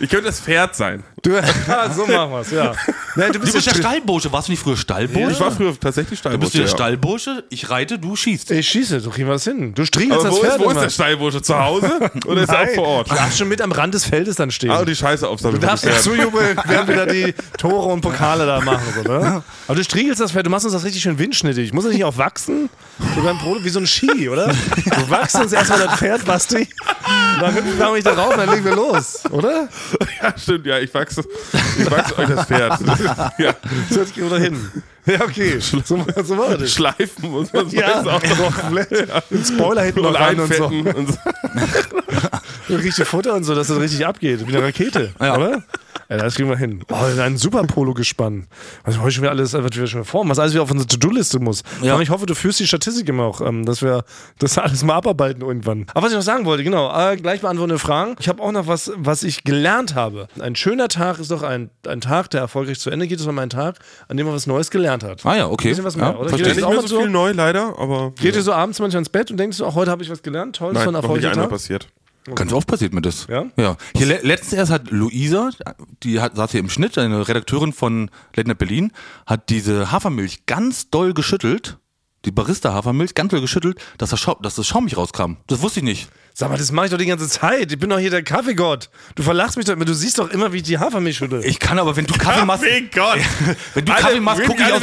S3: Ich könnte das Pferd sein.
S2: Du, ja, so machen wir's, ja. Nein,
S1: Du bist der
S2: Stall.
S1: Stallbursche. Warst du nicht früher Stallbursche?
S3: Ich war früher tatsächlich Stallbursche.
S1: Du bist du der
S3: ja.
S1: Stallbursche, ich reite, du schießt.
S2: Ich schieße, du kriegen wir das hin. Du striegelst
S3: Aber
S2: das
S3: wo,
S2: Pferd
S3: ist, wo ist
S2: immer.
S3: der Stallbursche? Zu Hause? Oder ist er auch
S2: Nein.
S3: vor Ort?
S2: Du darfst schon mit am Rand des Feldes dann stehen.
S3: Ah, und die Scheiße aufsammeln.
S2: Du darfst nicht zujubeln, während wir da die Tore und Pokale da machen. So, ne? Aber du striegelst das Pferd, du machst uns das richtig schön windschnittig. Muss das nicht auch wachsen? So beim Polo, wie so ein Ski, oder? Du wachst uns erstmal das Pferd, Basti. Dann fahren wir da rauf, dann legen wir los, oder?
S3: ja, stimmt, ja, ich wachse, ich wachse euch das Pferd. ja.
S2: So, jetzt gehen wir da hin. Ja, okay. So, so machen wir das.
S3: Schleifen muss man
S2: Ja,
S3: es auch
S2: komplett. Den Spoiler hinten noch
S3: und
S2: rein und so.
S3: einfetten. Und so.
S2: Richtig Futter und so, dass das richtig abgeht. Wie eine Rakete,
S1: Ja.
S2: oder? Ja, das kriegen wir hin. Oh, das ist ein super Polo gespannt. Was wir heute schon wieder alles, was wir schon wieder vorhaben, was alles wieder auf unsere To-Do-Liste muss.
S1: Ja.
S2: Aber ich hoffe, du führst die Statistik immer auch, ähm, dass wir das alles mal abarbeiten irgendwann. Aber was ich noch sagen wollte, genau, äh, gleich beantwortende Fragen. Ich habe auch noch was, was ich gelernt habe. Ein schöner Tag ist doch ein, ein Tag, der erfolgreich zu Ende geht, ist doch ein Tag, an dem man was Neues gelernt hat.
S1: Ah ja, okay.
S2: Bisschen was mehr,
S1: Ja,
S2: oder?
S1: verstehe.
S2: Geht
S3: Ja,
S2: das
S3: nicht
S2: auch
S3: mehr
S2: mal
S3: so
S2: so?
S3: viel neu, leider, aber.
S2: Geht ihr so abends manchmal ins Bett und denkst du, oh, heute habe ich was gelernt, toll, das
S3: Nein,
S2: war ein
S3: noch nicht
S2: erfolgreicher
S3: einmal
S2: Tag.
S3: passiert.
S1: Ganz oft passiert mir das.
S2: Ja?
S1: ja. Hier le letztens erst hat Luisa, die hat, saß hier im Schnitt, eine Redakteurin von Letner Berlin, hat diese Hafermilch ganz doll geschüttelt, die Barista-Hafermilch ganz doll geschüttelt, dass das, Schau dass das schaumig rauskam. Das wusste ich nicht.
S2: Sag mal, das mache ich doch die ganze Zeit. Ich bin doch hier der Kaffeegott. Du verlachst mich doch immer. Du siehst doch immer, wie ich die Hafermilch schüttel.
S1: Ich kann aber, wenn du Kaffee machst,
S3: Gott!
S1: wenn du Kaffee machst, guck ich auf,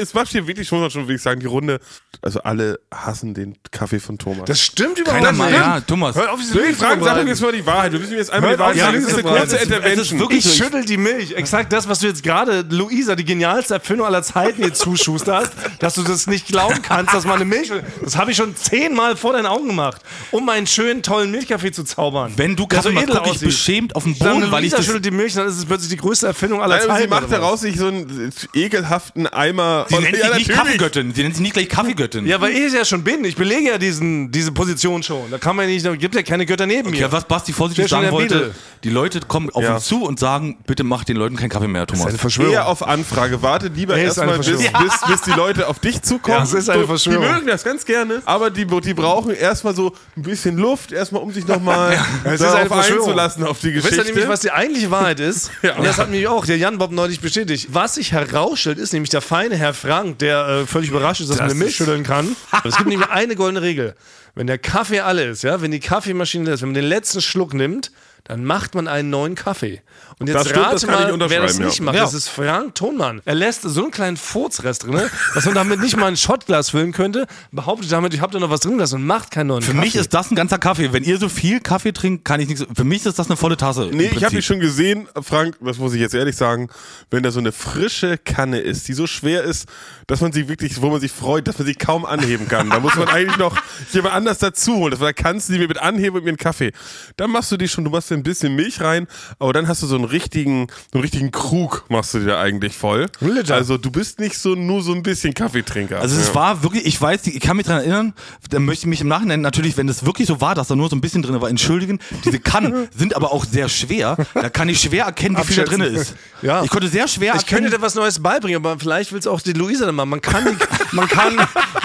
S3: Es macht hier wirklich schon, schon, würde ich sagen, die Runde. Also alle hassen den Kaffee von Thomas.
S2: das stimmt überhaupt
S1: Keiner
S2: nicht.
S1: mal, ja, Thomas.
S2: Hör auf, diese
S3: Will ich
S2: Milch zu
S3: fragen, sag doch
S2: verbreiten.
S3: jetzt mal die Wahrheit. Wir müssen jetzt einmal
S2: Hör
S3: die Wahrheit
S2: auf,
S3: sagen.
S2: die
S3: Das ist
S1: verbreiten.
S2: Milch zu
S3: eine kurze
S1: Es ist
S3: Intervention.
S1: wirklich-
S2: Ich schüttel die Milch. Exakt das, was du jetzt gerade, Luisa, die genialste Erfindung aller Zeiten, hier zuschusterst, dass du das nicht glauben kannst, dass man eine Milch. Das habe ich schon zehnmal vor deinen Augen gemacht, um meinen schönen, tollen Milchkaffee zu zaubern.
S1: wenn du
S2: Der
S1: Kaffee machst,
S2: edel
S1: guck ich
S2: aussieht.
S1: beschämt auf den
S2: Dann
S1: Boden, weil ich
S2: Luisa
S1: das...
S2: schüttelt die Milch, dann ist es plötzlich die größte Erfindung aller
S3: Nein, aber
S2: Zeiten.
S3: Also sie macht
S2: oder was?
S3: daraus sich so einen ekelhaften Eimer.
S1: Sie nennt
S3: Ja,
S1: sich nicht
S3: natürlich.
S1: Kaffeegöttin. Sie nennt sich nicht gleich Kaffeegöttin.
S2: Ja, weil ich es ja schon bin. Ich belege ja diesen, diese Position schon. Da kann man ja nicht, da gibt ja keine Götter neben mir.
S1: Ja, was Basti vorsichtig
S2: Der ist schon
S1: sagen
S2: der
S1: wollte,
S2: Beadle.
S1: die Leute kommen auf
S3: Ja.
S1: uns zu und sagen, bitte mach den Leuten keinen Kaffee mehr, Thomas.
S2: Verschwörung.
S3: Eher auf Anfrage. Warte lieber
S2: Nee, ist
S3: erstmal,
S2: eine
S3: bis,
S2: Verschwörung.
S3: bis, bis die Leute auf dich zukommen.
S2: Ja, es ist eine
S3: Du-
S2: Verschwörung.
S3: Die mögen das ganz gerne, aber die, die brauchen erstmal so ein bisschen Luft, erstmal um sich nochmal
S2: Es ist eine
S3: darauf
S2: Verschwörung.
S3: einzulassen auf die
S2: Wisst
S3: Geschichte.
S2: ihr nämlich, was die eigentliche Wahrheit ist? Und das hat mich auch der Jan Bob neulich bestätigt. Was sich herausstellt, ist nämlich der feine Herr Frank, der äh, völlig überrascht ist, dass man eine Milch schütteln kann. es gibt nämlich eine goldene Regel. Wenn der Kaffee alle ist, ja, wenn die Kaffeemaschine leer ist, wenn man den letzten Schluck nimmt, dann macht man einen neuen Kaffee. Und jetzt
S3: Das stimmt,
S2: rate
S3: das kann ich
S2: mal, wer das
S3: unterschreiben,
S2: nicht
S3: ja.
S2: macht.
S1: Ja.
S2: Das ist Frank Thonmann. Er lässt so einen kleinen Furzrest drin, dass man damit nicht mal ein Shotglas füllen könnte, behauptet damit, ich habe da noch was drin gelassen und macht keinen neuen
S1: Für
S2: Kaffee.
S1: mich ist das ein ganzer Kaffee. Wenn ihr so viel Kaffee trinkt, kann ich nichts. Für mich ist das eine volle Tasse. im
S3: Nee, ich habe
S1: Prinzip.
S3: dich schon gesehen, Frank, das muss ich jetzt ehrlich sagen, wenn da so eine frische Kanne ist, die so schwer ist, dass man sie wirklich, wo man sich freut, dass man sie kaum anheben kann. Da muss man eigentlich noch jemand anders dazu holen. dass man- Da kannst du die mir mit anheben und mir einen Kaffee. Dann machst du die schon, du machst dir ein bisschen Milch rein, aber dann hast du so einen richtigen, so einen richtigen Krug machst du dir eigentlich voll.
S2: Ein Liter.
S3: Also du bist nicht so nur so ein bisschen Kaffeetrinker.
S1: Also es
S3: Ja.
S1: war wirklich, ich weiß, ich kann mich daran erinnern, dann möchte ich mich im Nachhinein natürlich, wenn es wirklich so war, dass da nur so ein bisschen drin war, entschuldigen. Diese Kannen sind aber auch sehr schwer. Da kann ich schwer erkennen, wie viel da drin
S2: Abschätzen.
S1: ist.
S2: Ja.
S1: Ich konnte sehr schwer
S2: Ich könnte
S1: erkennen.
S2: dir was Neues beibringen, aber vielleicht willst auch die Luisa dann mal. Man kann die, man kann,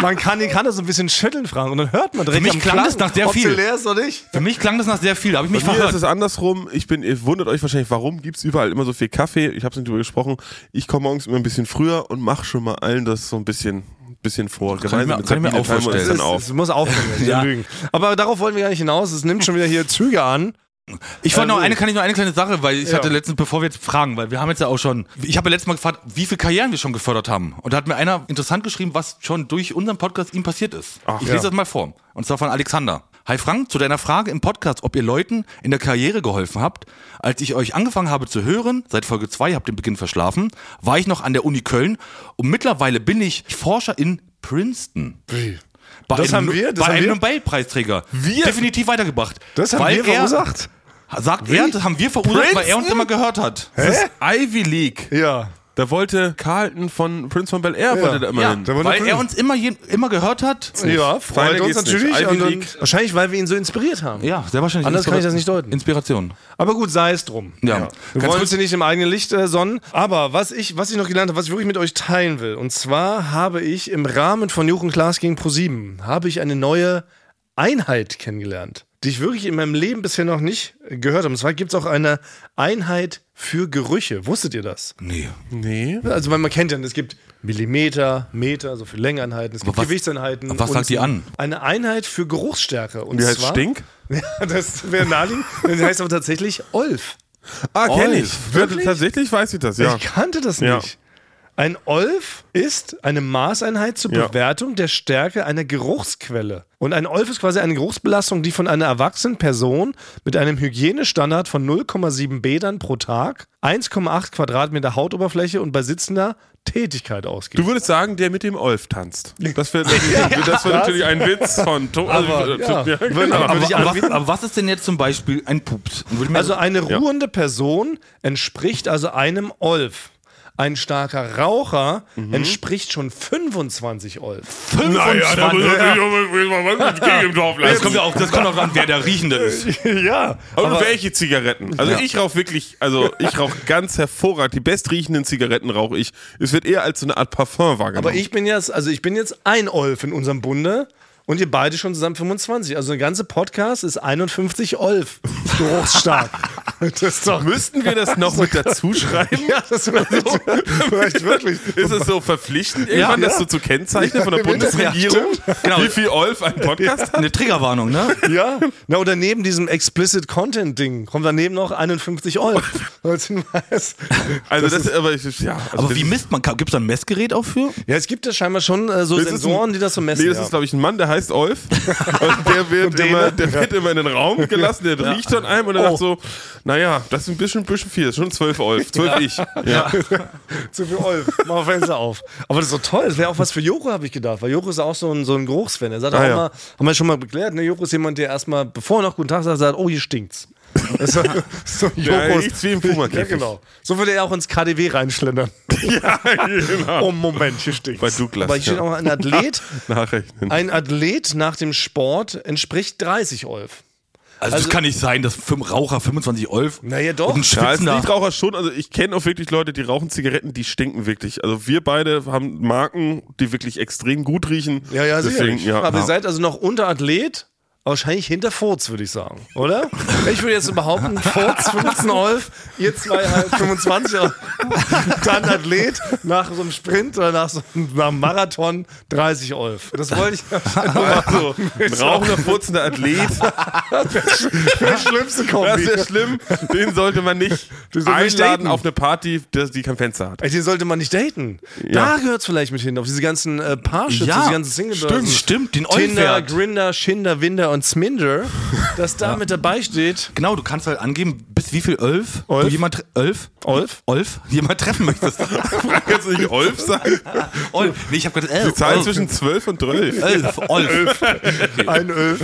S2: man kann die Kanne so ein bisschen schütteln fragen und dann hört man direkt
S1: Für mich
S2: am
S1: klang das nach sehr
S2: ob
S1: viel.
S2: sie leer ist oder nicht.
S1: Für mich klang das nach sehr viel, da habe ich mich
S3: Bei mir ist
S1: verhört.
S3: es andersrum. Ich bin, ihr wundert euch wahrscheinlich, warum gibt's überall immer so viel Kaffee? Ich habe es nicht drüber gesprochen. Ich komme morgens immer ein bisschen früher und mache schon mal allen das so ein bisschen, bisschen vor.
S1: ich mir- kann ich mir auch
S3: Es
S1: vorstellen.
S3: dann
S2: Es-
S3: auf.
S2: Es muss aufhören, wenn wir
S1: Ja.
S2: lügen. Aber darauf wollen wir gar nicht hinaus. Es nimmt schon wieder hier Züge an.
S1: Ich wollte noch
S2: Also-
S1: eine, kann ich noch eine kleine Sache, weil ich
S2: Ja.
S1: hatte letztens, bevor wir jetzt fragen, weil wir haben jetzt ja auch schon, ich habe ja letztes Mal gefragt, wie viele Karrieren wir schon gefördert haben. Und da hat mir einer interessant geschrieben, was schon durch unseren Podcast ihm passiert ist. ich lese das mal vor. Und zwar von Alexander. Hi Frank, zu deiner Frage im Podcast, ob ihr Leuten in der Karriere geholfen habt. Als ich euch angefangen habe zu hören, seit Folge 2, habt den Beginn verschlafen, war ich noch an der Uni Köln und mittlerweile bin ich Forscher in Princeton. Bei
S2: Das
S1: einem,
S2: haben wir, das
S1: bei
S2: haben
S1: einem
S2: wir.
S1: Nobelpreisträger. Wir? Definitiv weitergebracht. Weil er- Sagt er, das haben wir verursacht, weil er uns immer gehört hat.
S3: Das ist Ivy League.
S2: Ja.
S3: Da wollte Carlton von Prince von Bel Air wollte da immer
S1: Ja,
S3: hin.
S2: Da wurde
S1: weil
S2: cool.
S1: er uns immer, je, immer gehört hat.
S2: Ja, freut
S3: Weiter
S2: uns
S3: geht's nicht.
S2: natürlich.
S3: Ivy
S2: Und dann,
S3: League.
S2: wahrscheinlich, weil wir ihn so inspiriert haben.
S1: Ja, sehr wahrscheinlich.
S2: Anders kann ich das nicht deuten.
S1: Inspiration.
S2: Aber gut, sei es drum.
S1: Ja.
S2: Wir
S1: Ganz
S2: wollen uns
S1: kurz-
S2: hier nicht im eigenen Licht äh, sonnen. Aber was ich, was ich noch gelernt habe, was ich wirklich mit euch teilen will, und zwar habe ich im Rahmen von Jochen Klaas gegen ProSieben habe ich eine neue Einheit kennengelernt, die ich wirklich in meinem Leben bisher noch nicht äh, gehört habe. Und zwar gibt es auch eine Einheit für Gerüche. Wusstet ihr das?
S1: Nee.
S3: Nee.
S2: Also weil man kennt ja, es gibt Millimeter, Meter, so viel Längeneinheiten, es gibt
S1: was-
S2: Gewichtseinheiten.
S1: aber was
S2: und
S1: sagt die an?
S2: Eine Einheit für Geruchsstärke. Und
S3: Wie heißt
S2: zwar,
S3: Stink?
S2: Ja, das wäre naheliegend. Das heißt aber tatsächlich Olf.
S3: Ah, kenn
S2: Olf.
S3: ich.
S2: Wirklich?
S3: Tatsächlich weiß ich das, ja.
S2: Ich kannte das nicht.
S3: Ja.
S2: Ein Olf ist eine Maßeinheit zur
S3: Ja.
S2: Bewertung der Stärke einer Geruchsquelle. Und ein Olf ist quasi eine Geruchsbelastung, die von einer erwachsenen Person mit einem Hygienestandard von 0,7 Bädern pro Tag, 1,8 Quadratmeter Hautoberfläche und bei sitzender Tätigkeit ausgeht.
S3: Du würdest sagen, der mit dem Olf tanzt. Das wäre das wär natürlich ein Witz von Thomas.
S2: Aber, ja.
S3: genau.
S1: Aber,
S2: ich
S1: aber, was,
S2: anbieten.
S1: aber was ist denn jetzt zum Beispiel ein Pups? Und würde mir-
S2: Also eine ruhende Person entspricht also einem Olf. Ein starker Raucher
S3: Mhm.
S2: entspricht schon 25 Olf.
S1: 25.
S3: natürlich im Dorf lassen.
S1: das kommt ja auch, das kommt auch an, wer der Riechende ist.
S2: ja.
S3: Aber, welche Zigaretten? Also ich rauche wirklich, also ich rauche ganz hervorragend. Die bestriechenden Zigaretten rauche
S2: Genau.
S3: ich. Es wird eher als so eine Art Parfum wahrgenommen.
S2: Aber ich bin jetzt, also ich bin jetzt ein Olf in unserem Bunde Und ihr beide schon zusammen 25. Also der ganze Podcast ist 51 Olf. Geruchsstark. Das ist doch.
S3: Müssten wir das noch mit dazu schreiben?
S2: Ja, das wäre so. Vielleicht wirklich.
S3: Ist es so verpflichtend, irgendwann
S2: Ja.
S3: das so zu kennzeichnen von der
S2: Ja,
S3: Bundesregierung?
S1: Genau.
S3: Wie viel Olf ein Podcast hat?
S1: Eine Triggerwarnung, ne?
S2: Ja. Na, oder neben diesem Explicit Content Ding kommt daneben noch 51 Olf. Als Hinweis.
S3: Also das, aber ich, ja. Also
S1: Aber
S3: das
S1: wie
S3: ist-
S1: misst man? Gibt es da ein Messgerät auch für?
S2: Ja, es gibt ja scheinbar schon äh, so
S3: das ist
S2: Sensoren,
S3: ein-
S2: die das so messen.
S3: Nee, das
S2: ja.
S3: ist, glaube ich, ein Mann, der heißt Olf. und der wird,
S2: den-
S3: immer, der wird immer in den Raum gelassen, der riecht an einem und er
S2: Oh.
S3: sagt so, naja, das ist ein bisschen, bisschen viel, das ist schon zwölf Olf, zwölf ich. Ja.
S2: Zu viel Olf. Mach Fenster auf. Aber das ist so toll. Das wäre auch was für Joko, habe ich gedacht. Weil Joko ist ja auch so ein, so ein Geruchsfan. Er sagt auch
S3: Ah, ja.
S2: immer, haben wir schon mal geklärt, ne? Joko ist jemand, der erstmal, bevor er noch Guten Tag sagt, sagt, oh, hier stinkt's. Das ist so Joko
S3: Der
S2: ist-
S3: riecht's wie im Puma-Käfig.
S2: Ja, genau. So würde er auch ins KDW reinschlendern.
S3: ja, genau.
S2: Oh, Moment, hier stinkt's.
S3: Bei Douglas,
S2: Aber hier steht
S3: ja.
S2: auch ein Athlet.
S3: Nachrechnen.
S2: Ein Athlet nach dem Sport entspricht 30 Olf.
S1: Also,
S2: Also-
S1: das kann nicht sein, dass fünf Raucher 25 Olf.
S2: Naja, doch.
S1: Und ein
S3: Ja, als
S1: Schwitzender.
S3: Nichtraucher schon, also ich kenne auch wirklich Leute, die rauchen Zigaretten, die stinken wirklich. Also wir beide haben Marken, die wirklich extrem gut riechen.
S2: Ja, ja,
S3: Deswegen,
S2: sicherlich.
S3: ja.
S2: Aber
S3: ja.
S2: ihr seid also noch unter Athlet, wahrscheinlich hinter Furz, würde ich sagen, oder? Ich würde jetzt so behaupten, Furz 15 Olf, ihr zwei halt 25 Olf, dann Athlet nach so einem Sprint oder nach so einem, nach einem Marathon 30 Olf. Das wollte ich
S3: also, ein rauchender, furzender Athlet,
S2: das schlimmste
S3: das
S2: Kombi.
S3: ist ja schlimm. Den sollte man nicht
S2: sollst nicht
S3: einladen
S2: daten.
S3: auf eine Party, das- die kein Fenster hat.
S2: Ey, den sollte man nicht daten. Da gehört es vielleicht mit hin, auf diese ganzen äh, Parship,
S1: Ja,
S2: diese ganzen single
S1: stimmt, stimmt, den
S2: Tinder,
S1: Olfwert.
S2: Grinder, Schinder, Winder und Sminder, dass da mit dabei steht,
S1: Genau, du kannst halt angeben, bis wie viel Olf,
S2: Olf?
S1: du jemand, tre- Olf,
S2: Olf?
S1: Olf, jemand treffen möchtest.
S3: Kannst du nicht Olf sagen?
S1: Olf. Nee, ich habe gerade
S3: Die Zahl
S1: Olf.
S3: zwischen 12 und 12.
S1: Elf, Olf.
S2: ein Öl.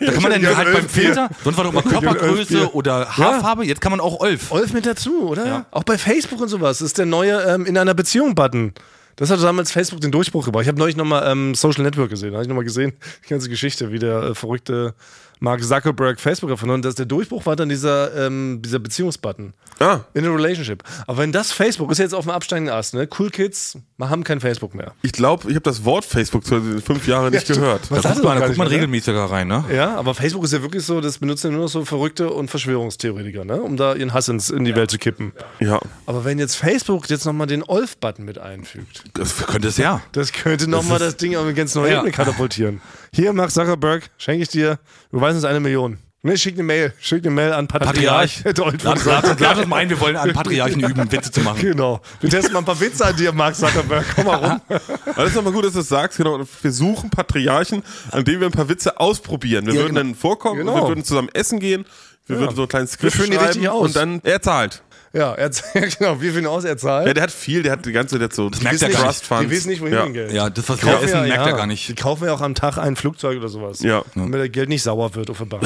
S1: Da kann man dann
S2: Ja,
S1: halt
S2: Elf
S1: beim Filter, sonst war doch mal Körpergröße oder Haarfarbe, jetzt kann man auch Olf.
S2: Olf mit dazu, oder? Auch bei Facebook und sowas. Das ist der neue ähm, In einer Beziehung-Button. Das hat damals Facebook den Durchbruch gebracht. Ich habe neulich nochmal ähm, Social Network gesehen. Da habe ich nochmal gesehen, die ganze Geschichte, wie der äh, verrückte Mark Zuckerberg Facebook erfunden hat. Und das, der Durchbruch war dann dieser, ähm, dieser Beziehungsbutton.
S3: Ah.
S2: In a relationship. Aber wenn das Facebook ist jetzt auf dem absteigenden Ast, ne? Cool Kids wir haben kein Facebook mehr.
S3: Ich glaube, ich habe das Wort Facebook zu- in fünf Jahren nicht gehört.
S1: Da
S2: Was hast
S1: guckt
S2: du
S1: man,
S2: gar
S1: da guckt
S2: nicht
S1: man
S2: mehr, ne?
S1: regelmäßiger rein, ne?
S2: Ja, aber Facebook ist ja wirklich so, das benutzen ja nur noch so Verrückte und Verschwörungstheoretiker, ne? Um da ihren Hass ins, in die Welt zu kippen.
S3: Ja.
S2: Aber wenn jetzt Facebook jetzt nochmal den Olf-Button mit einfügt,
S1: Das könnte es ja.
S2: das könnte nochmal das, das Ding auf eine ganz neue
S1: Ja.
S2: Ebene katapultieren. Hier, Mark Zuckerberg, schenke ich dir, du weißt uns eine Million. Ne, schick eine Mail, schick eine Mail an Patriarch.
S1: Patriarch.
S2: Dolph.
S1: Lad, lad, lad uns mal ein, wir wollen an Patriarchen üben, Witze zu machen.
S2: Genau. Wir testen mal ein paar Witze an dir, Mark Zuckerberg. Komm mal rum.
S3: Aber das ist nochmal gut, dass du das sagst. Genau. Und Wir suchen Patriarchen, an denen wir ein paar Witze ausprobieren. Wir würden dann vorkommen, und
S2: Genau.
S3: wir würden zusammen essen gehen, wir würden so ein kleines Skript
S2: führen die
S3: schreiben
S2: richtig aus.
S3: und dann er zahlt.
S2: Ja, er, genau. Wir finden aus, er zahlt.
S3: Ja, der hat viel, der hat die ganze, der hat so das
S1: merkt er gar
S3: Trust
S1: nicht.
S3: Funds.
S2: Die wissen nicht, wohin
S3: ja.
S2: ihr Geld.
S1: Ja, das, was
S2: Die
S1: wir
S2: kaufen
S1: essen,
S2: ja-
S1: merkt
S2: ja.
S1: er gar
S2: Die
S1: nicht.
S2: kaufen ja auch am Tag ein Flugzeug oder sowas.
S3: Ja.
S2: Damit das Geld nicht sauer wird auf der Bank.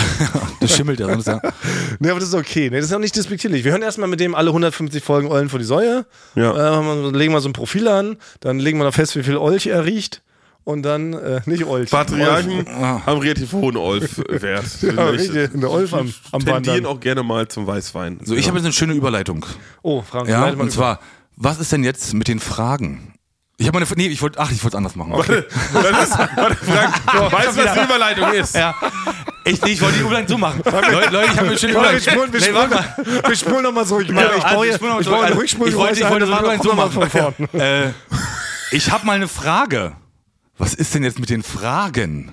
S1: Das schimmelt ja sonst, ja.
S2: Nee, aber das ist okay. Nee, das ist auch nicht despektierlich. Wir hören erstmal mit dem alle 150 Folgen Eulen vor die Säue.
S3: Ja.
S2: Äh, haben wir- legen wir so ein Profil an, dann legen wir noch fest, wie viel Olch er riecht. Und dann, äh, nicht Olch.
S3: Patriarchen
S1: Olf. Ah.
S3: haben relativ hohen Olf-Wert.
S2: Olch. Ja, richtig, eine Olf am, am
S3: tendieren
S2: Wandern.
S3: auch gerne mal zum Weißwein.
S1: So, ich habe jetzt eine schöne Überleitung.
S2: Oh, Frank,
S1: Ja,
S2: leite mal
S1: und
S2: über.
S1: zwar, was ist denn jetzt mit den Fragen? Ich habe meine, nee, ich wollte, ach, ich wollte es anders machen.
S3: das ist, warte, Frank, weißt du, was die Überleitung ist?
S1: Ja. Ich, nee, ich wollte die Überleitung so machen. Leute, Leute, ich habe eine schöne
S2: Komm,
S1: Überleitung.
S2: wir spulen, wir
S1: Nee,
S2: spulen,
S1: warte mal.
S2: wir spulen nochmal zurück. Ich meine, ich
S1: Also,
S2: brauche
S1: ich spule noch
S2: ich
S1: so-
S2: brauche einen
S1: also,
S2: Rückspulen.
S1: ich wollte, ich wollte das übrigens so
S2: von vorn.
S1: machen. Äh, ich habe mal eine Frage. Was ist denn jetzt mit den Fragen?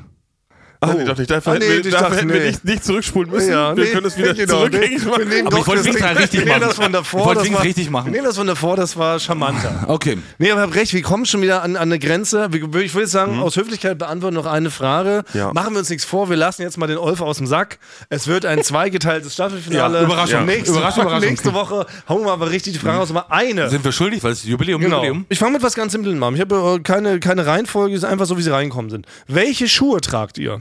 S3: Ah, nee, doch nicht. Dafür
S2: Ah,
S3: hätten,
S2: nee,
S3: wir,
S2: ich
S3: dafür
S2: dachte,
S3: hätten wir
S2: nee.
S3: nicht, nicht zurückspulen müssen.
S2: Ja,
S3: wir
S2: nee,
S3: können es wieder
S2: genau,
S3: zurückgängig
S2: nee.
S3: machen.
S2: Wir nehmen
S1: Aber
S2: doch
S1: ich wollte
S2: das
S1: es extra
S2: Ding-
S1: richtig
S2: wir nehmen
S1: machen.
S2: das von davor.
S1: Ich wollte
S2: das
S1: es
S2: war-
S1: richtig machen.
S2: Wir nehmen das von davor, das war charmanter.
S1: Okay.
S2: Nee, aber habt recht, wir kommen schon wieder an, an eine Grenze. Wir- Ich würde sagen,
S1: Mhm.
S2: aus Höflichkeit beantworten noch eine Frage.
S3: Ja.
S2: Machen wir uns nichts vor, wir lassen jetzt mal den Olf aus dem Sack. Es wird ein zweigeteiltes Staffelfinale.
S1: Ja, Überraschung.
S2: Nächste,
S1: Überraschung, Überraschung. Mhm.
S2: nächste Woche hauen wir aber richtig die Frage aus. Aber eine. Genau.
S1: Sind wir schuldig, weil es ist Jubiläum,
S3: Genau.
S1: Jubiläum?
S2: Ich fange mit was ganz Simplen an. Ich habe äh, keine, keine Reihenfolge, es ist einfach so, wie sie reinkommen sind. Welche Schuhe tragt ihr?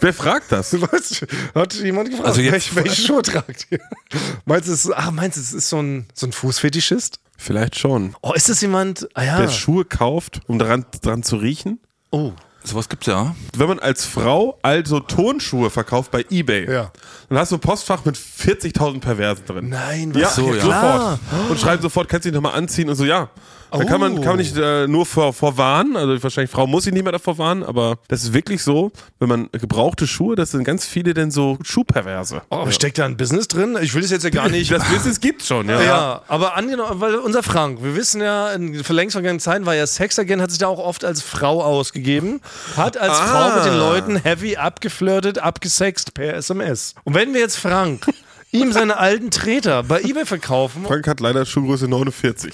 S3: Wer fragt das?
S2: Was? Hat jemand gefragt?
S1: Also jetzt-
S2: welche, welche Schuhe tragt ihr? Meinst du, es ist, ach, meinst du, es ist so ein, so ein Fußfetischist?
S3: Vielleicht schon.
S2: Oh, ist das jemand? Ah ja.
S3: Der Schuhe kauft, um daran, dran zu riechen.
S2: Oh.
S1: Sowas gibt's ja.
S3: Wenn man als Frau also Tonschuhe verkauft bei Ebay,
S2: Ja.
S3: dann hast du ein Postfach mit 40.000 Perversen drin.
S2: Nein,
S3: Ja,
S2: was?
S1: so, ja.
S3: sofort. Und schreiben sofort, kannst du dich nochmal anziehen und so, ja. Da kann man,
S2: Oh.
S3: kann man nicht äh, nur vor, vor warnen, also wahrscheinlich Frau muss sich nicht mehr davor warnen, aber das ist wirklich so, wenn man gebrauchte Schuhe, das sind ganz viele denn so Schuhperverse.
S2: Oh, steckt da ein Business drin? Ich will das jetzt ja gar nicht.
S3: Das Business gibt's schon, ja.
S2: Ja, aber angenommen, weil unser Frank, wir wissen ja, in verlängst vergangenen Zeiten war ja Sexagent, hat sich da auch oft als Frau ausgegeben, hat als
S3: Ah.
S2: Frau mit den Leuten heavy abgeflirtet, abgesext per SMS. Und wenn wir jetzt Frank ihm seine alten Treter bei eBay verkaufen,
S3: Frank hat leider Schuhgröße 49.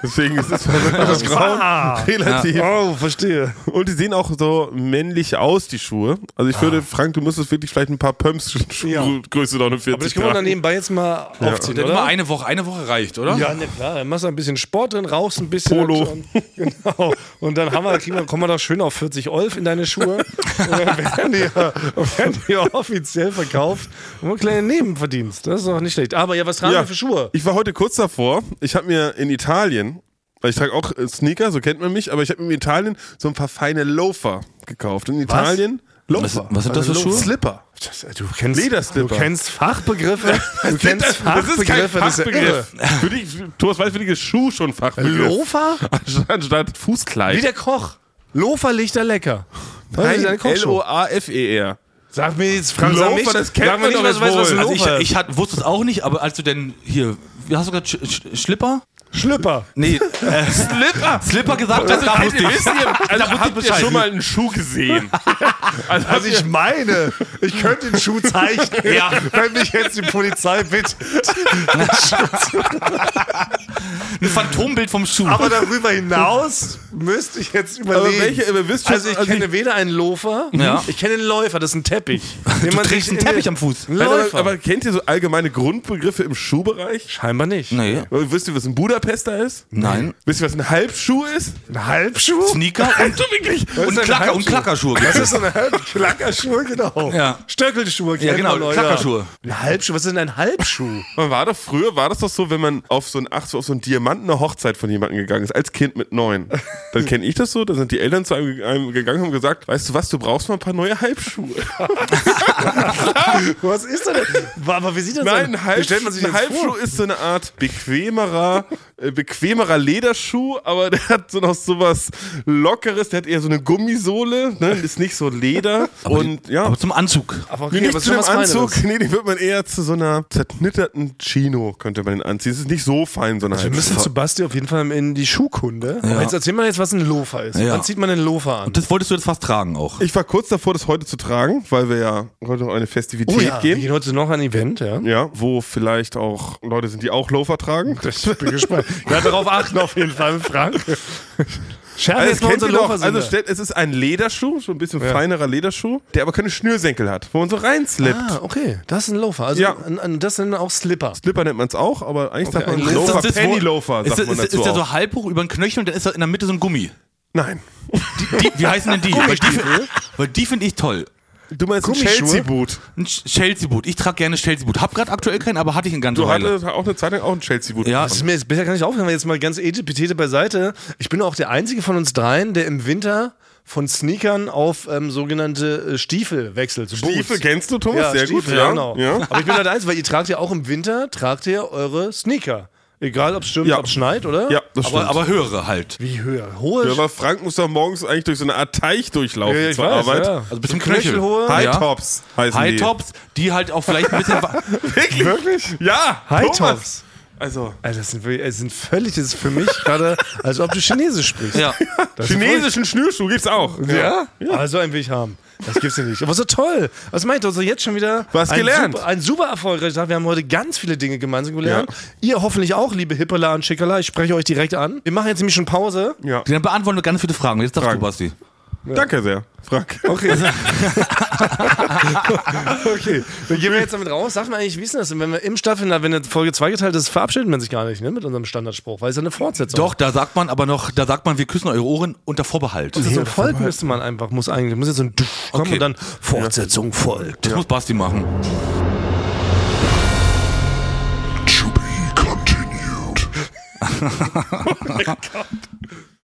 S3: Deswegen ist es bei Frauen
S2: Ah.
S3: relativ.
S2: Oh, verstehe.
S3: Und die sehen auch so männlich aus, die Schuhe. Also
S2: Ah.
S3: ich würde, Frank, du müsstest wirklich vielleicht ein paar Pumps Schuhgröße 49
S2: Aber das können wir dann nebenbei jetzt mal aufziehen,
S1: Dann mal
S2: oder?
S1: eine Woche, eine Woche reicht, oder?
S2: Ja, ne, klar, dann machst du ein bisschen Sport drin, rauchst ein bisschen.
S3: Polo.
S2: Und, genau. Und dann haben wir, kriegen wir, kommen wir doch schön auf 40 Olf in deine Schuhe. Und dann werden die, ja- werden die ja offiziell verkauft. Und ein kleiner Nebenverdienst. Das ist doch nicht schlecht. Aber ja, was tragen wir für Schuhe?
S3: Ich war heute kurz davor. Ich habe mir in Italien, weil ich trage auch äh, Sneaker, so kennt man mich, aber ich habe mir in Italien so ein paar feine Loafer gekauft. In Italien
S1: Was,
S3: Loafer. Also
S1: was sind das für
S2: Hallo.
S1: Schuhe?
S3: Slipper.
S2: äh, du kennst
S3: Lederslipper.
S2: Du kennst Fachbegriffe. Du kennst Fachbegriffe. Das ist ja irre.
S3: Für dich, Thomas weiß für dich ist Schuh schon ein Fachbegriff.
S2: Lofer?
S3: Anstatt- Anstatt Fußkleid.
S2: Wie der Koch. Lofer lichter lecker. Was ist deine
S3: Nein,
S2: Kochschuhe?
S3: L-O-A-F-E-R.
S2: Sag mir jetzt, Frank, sag
S3: Lofer,
S2: mich,
S3: das kennt
S2: sag mir nicht,
S3: man doch
S2: was du weißt, was ein
S3: wohl.
S2: Lofer
S1: Also ich,
S2: ist.
S1: ich hat, wusste es auch nicht, aber als du denn hier, wie hast du gerade, Sch Sch Schlipper?
S2: Schlipper.
S1: Nee, äh, Slipper. Slipper gesagt hast, da wusste ich.
S3: Also habt ihr
S1: Bescheid.
S3: schon mal einen Schuh gesehen? Also,
S2: Was ich meine, ich könnte den Schuh zeichnen,
S1: Ja.
S2: wenn mich jetzt die Polizei mit.
S1: Ein Phantombild vom Schuh.
S2: Aber darüber hinaus müsste ich jetzt überlegen.
S3: aber welche, äh, aber wisst schon,
S2: also ich kenne weder einen Lofer,
S1: Ja.
S2: ich kenne einen Läufer, das ist ein Teppich. Den
S1: du trägst einen Teppich am Fuß.
S2: Ein
S3: Nein,
S2: Läufer.
S3: aber, aber kennt ihr so allgemeine Grundbegriffe im Schuhbereich?
S2: Scheinbar nicht.
S1: Nee.
S3: Wisst ihr, was ein Budapester ist?
S1: Nein.
S3: Wisst ihr, was ein Halbschuh ist?
S2: Ein Halbschuh?
S1: Sneaker und, und,
S2: denn
S1: Klacker, und
S2: Halbschuhe?
S1: Klackerschuhe.
S2: Das ist so eine Halbklackerschuhe, genau.
S1: Ja.
S2: Stöckelschuhe,
S1: Ja, genau,
S2: Leute.
S1: Klackerschuhe.
S2: Ein Halbschuh, was ist denn ein Halbschuh?
S3: Man war doch früher, war das doch so, wenn man auf so ein Ach, so auf so ein Diamant eine Hochzeit von jemandem gegangen ist, als Kind mit neun. Dann kenne ich das so, dann sind die Eltern zu einem, einem gegangen und haben gesagt, weißt du was, du brauchst mal ein paar neue Halbschuhe.
S2: Was ist denn? Aber wie sieht das
S3: Nein, ein,
S2: denn?
S3: Halb,
S2: Also, Wie stellt man sich
S3: ein
S2: das vor?
S3: Halbschuh ist so eine Art bequemerer, äh, bequemerer Lederschuh, aber der hat so noch sowas Lockeres, der hat eher so eine Gummisohle, ne? ist nicht so Leder und ja.
S1: Aber zum Anzug.
S2: Aber
S3: Nee,
S2: okay,
S3: nicht
S2: was
S3: zu einem
S2: was Feineres.
S3: Anzug, nee, den wird man eher zu so einer zerknitterten Chino, könnte man den anziehen. Es ist nicht so fein, halt so eine
S2: Also Wir müssen
S3: Halbschuh.
S2: zu Basti auf jeden Fall in die Schuhkunde. Aber Jetzt erzähl mal jetzt, was ein Lofer ist.
S1: Ja.
S2: Wann zieht man den Lofer an?
S1: Das wolltest du jetzt fast tragen auch.
S3: Ich war kurz davor, das heute zu tragen, weil wir ja heute noch eine Festivität
S2: Oh Wir
S3: geben.
S2: gehen heute noch an ein Event, ja.
S3: Ja, wo vielleicht auch Leute sind, die auch Loafer tragen.
S2: Ich bin gespannt. Ja, darauf achten auf jeden Fall, Frank. Schärfe
S3: Also,
S2: jetzt mal
S3: kennt
S2: unser
S3: ihr doch,
S2: Lofer
S3: also stellt, es ist ein Lederschuh, so ein bisschen feinerer Lederschuh, der aber keine Schnürsenkel hat, wo man so reinslippt.
S2: Ah, okay. Das ist ein Lofer. Also
S3: Ja.
S2: an, an, das sind auch Slipper.
S3: Slipper nennt man es auch, aber eigentlich sagt man
S2: ein
S3: Loafer,
S1: das- das-
S3: Penny Loafer
S1: ist,
S3: sagt man
S1: ist,
S3: dazu
S1: ist der
S3: auch.
S1: so halb hoch über den Knöchel und dann ist da in der Mitte so ein Gummi.
S3: Nein.
S1: Die, wie heißen denn die? Weil die, weil die finde ich toll.
S3: Du meinst ein
S2: Gummischuhe?
S3: Chelsea-Boot.
S1: Ein Sch- Chelsea-Boot. Ich trage gerne Chelsea-Boot. Hab gerade aktuell keinen, aber hatte ich eine ganze
S3: Du
S1: Weile.
S3: hattest auch eine Zeit lang auch ein Chelsea-Boot.
S1: Ja,
S2: Das ist mir jetzt bisher gar nicht aufgegangen, weil jetzt mal ganz etipetete beiseite. Ich bin auch der einzige von uns dreien, der im Winter von Sneakern auf ähm, sogenannte äh, Stiefel wechselt. zu Boots.
S3: Stiefel kennst du, Thomas?
S2: Ja,
S3: Sehr
S2: Stiefel,
S3: gut.
S2: ja,
S3: Ja,
S2: genau.
S3: ja.
S2: Aber ich bin halt eins, weil ihr tragt ja auch im Winter, tragt ihr eure Sneaker. Egal, ob es stürmt,
S3: Ja.
S2: ob es schneit, oder?
S3: Ja, das stimmt.
S1: aber, aber höhere halt.
S2: Wie höher? Hohe
S3: Ja, aber Frank muss doch morgens eigentlich durch so eine Art Teich durchlaufen
S2: Ja, ich
S3: zur
S2: weiß,
S3: Arbeit.
S2: ja.
S1: Also bis zum Knöchel.
S2: knöchelhohe.
S1: Hi-
S3: High
S1: Ja.
S3: Tops heißen die.
S1: High-Tops, die halt auch vielleicht ein bisschen... wa-
S3: Wirklich? Wirklich? Ja,
S2: High
S3: Thomas.
S2: Tops.
S3: Also,
S2: Alter, das sind, wirklich- das sind völlig, das ist für mich gerade, als ob du Chinesisch sprichst.
S1: ja.
S2: Das ist
S3: chinesischen Schnürschuh gibt's auch.
S2: Ja? Also einen will ich haben. Das gibt's ja nicht. Aber so toll. Was meint ihr? Also jetzt schon wieder
S3: Was
S2: ein
S3: gelernt.
S2: Super, ein super erfolgreicher Tag. Wir haben heute ganz viele Dinge gemeinsam gelernt. Ihr hoffentlich auch, liebe Hippala und Schickala. Ich spreche euch direkt an. Wir machen jetzt nämlich schon Pause.
S3: Ja.
S1: Dann beantworten wir ganz viele Fragen. Jetzt darfst
S3: Fragen.
S1: du, Basti.
S3: Danke sehr, Frank.
S2: Okay. okay. Dann gehen wir jetzt damit raus. Sag mal eigentlich, wie ist denn das denn, wenn wir im Staffelfinale, wenn eine Folge zweigeteilt ist, verabschiedet man sich gar nicht, ne, mit unserem Standardspruch, weil es ja eine Fortsetzung.
S1: Doch, da sagt man aber noch, da sagt man, wir küssen eure Ohren unter Vorbehalt.
S2: Das ist so ein Volk müsste man einfach, muss eigentlich, muss jetzt so ein Duff kommen
S1: Okay.
S2: und dann Fortsetzung folgt.
S1: Das muss Basti machen.
S4: To be continued.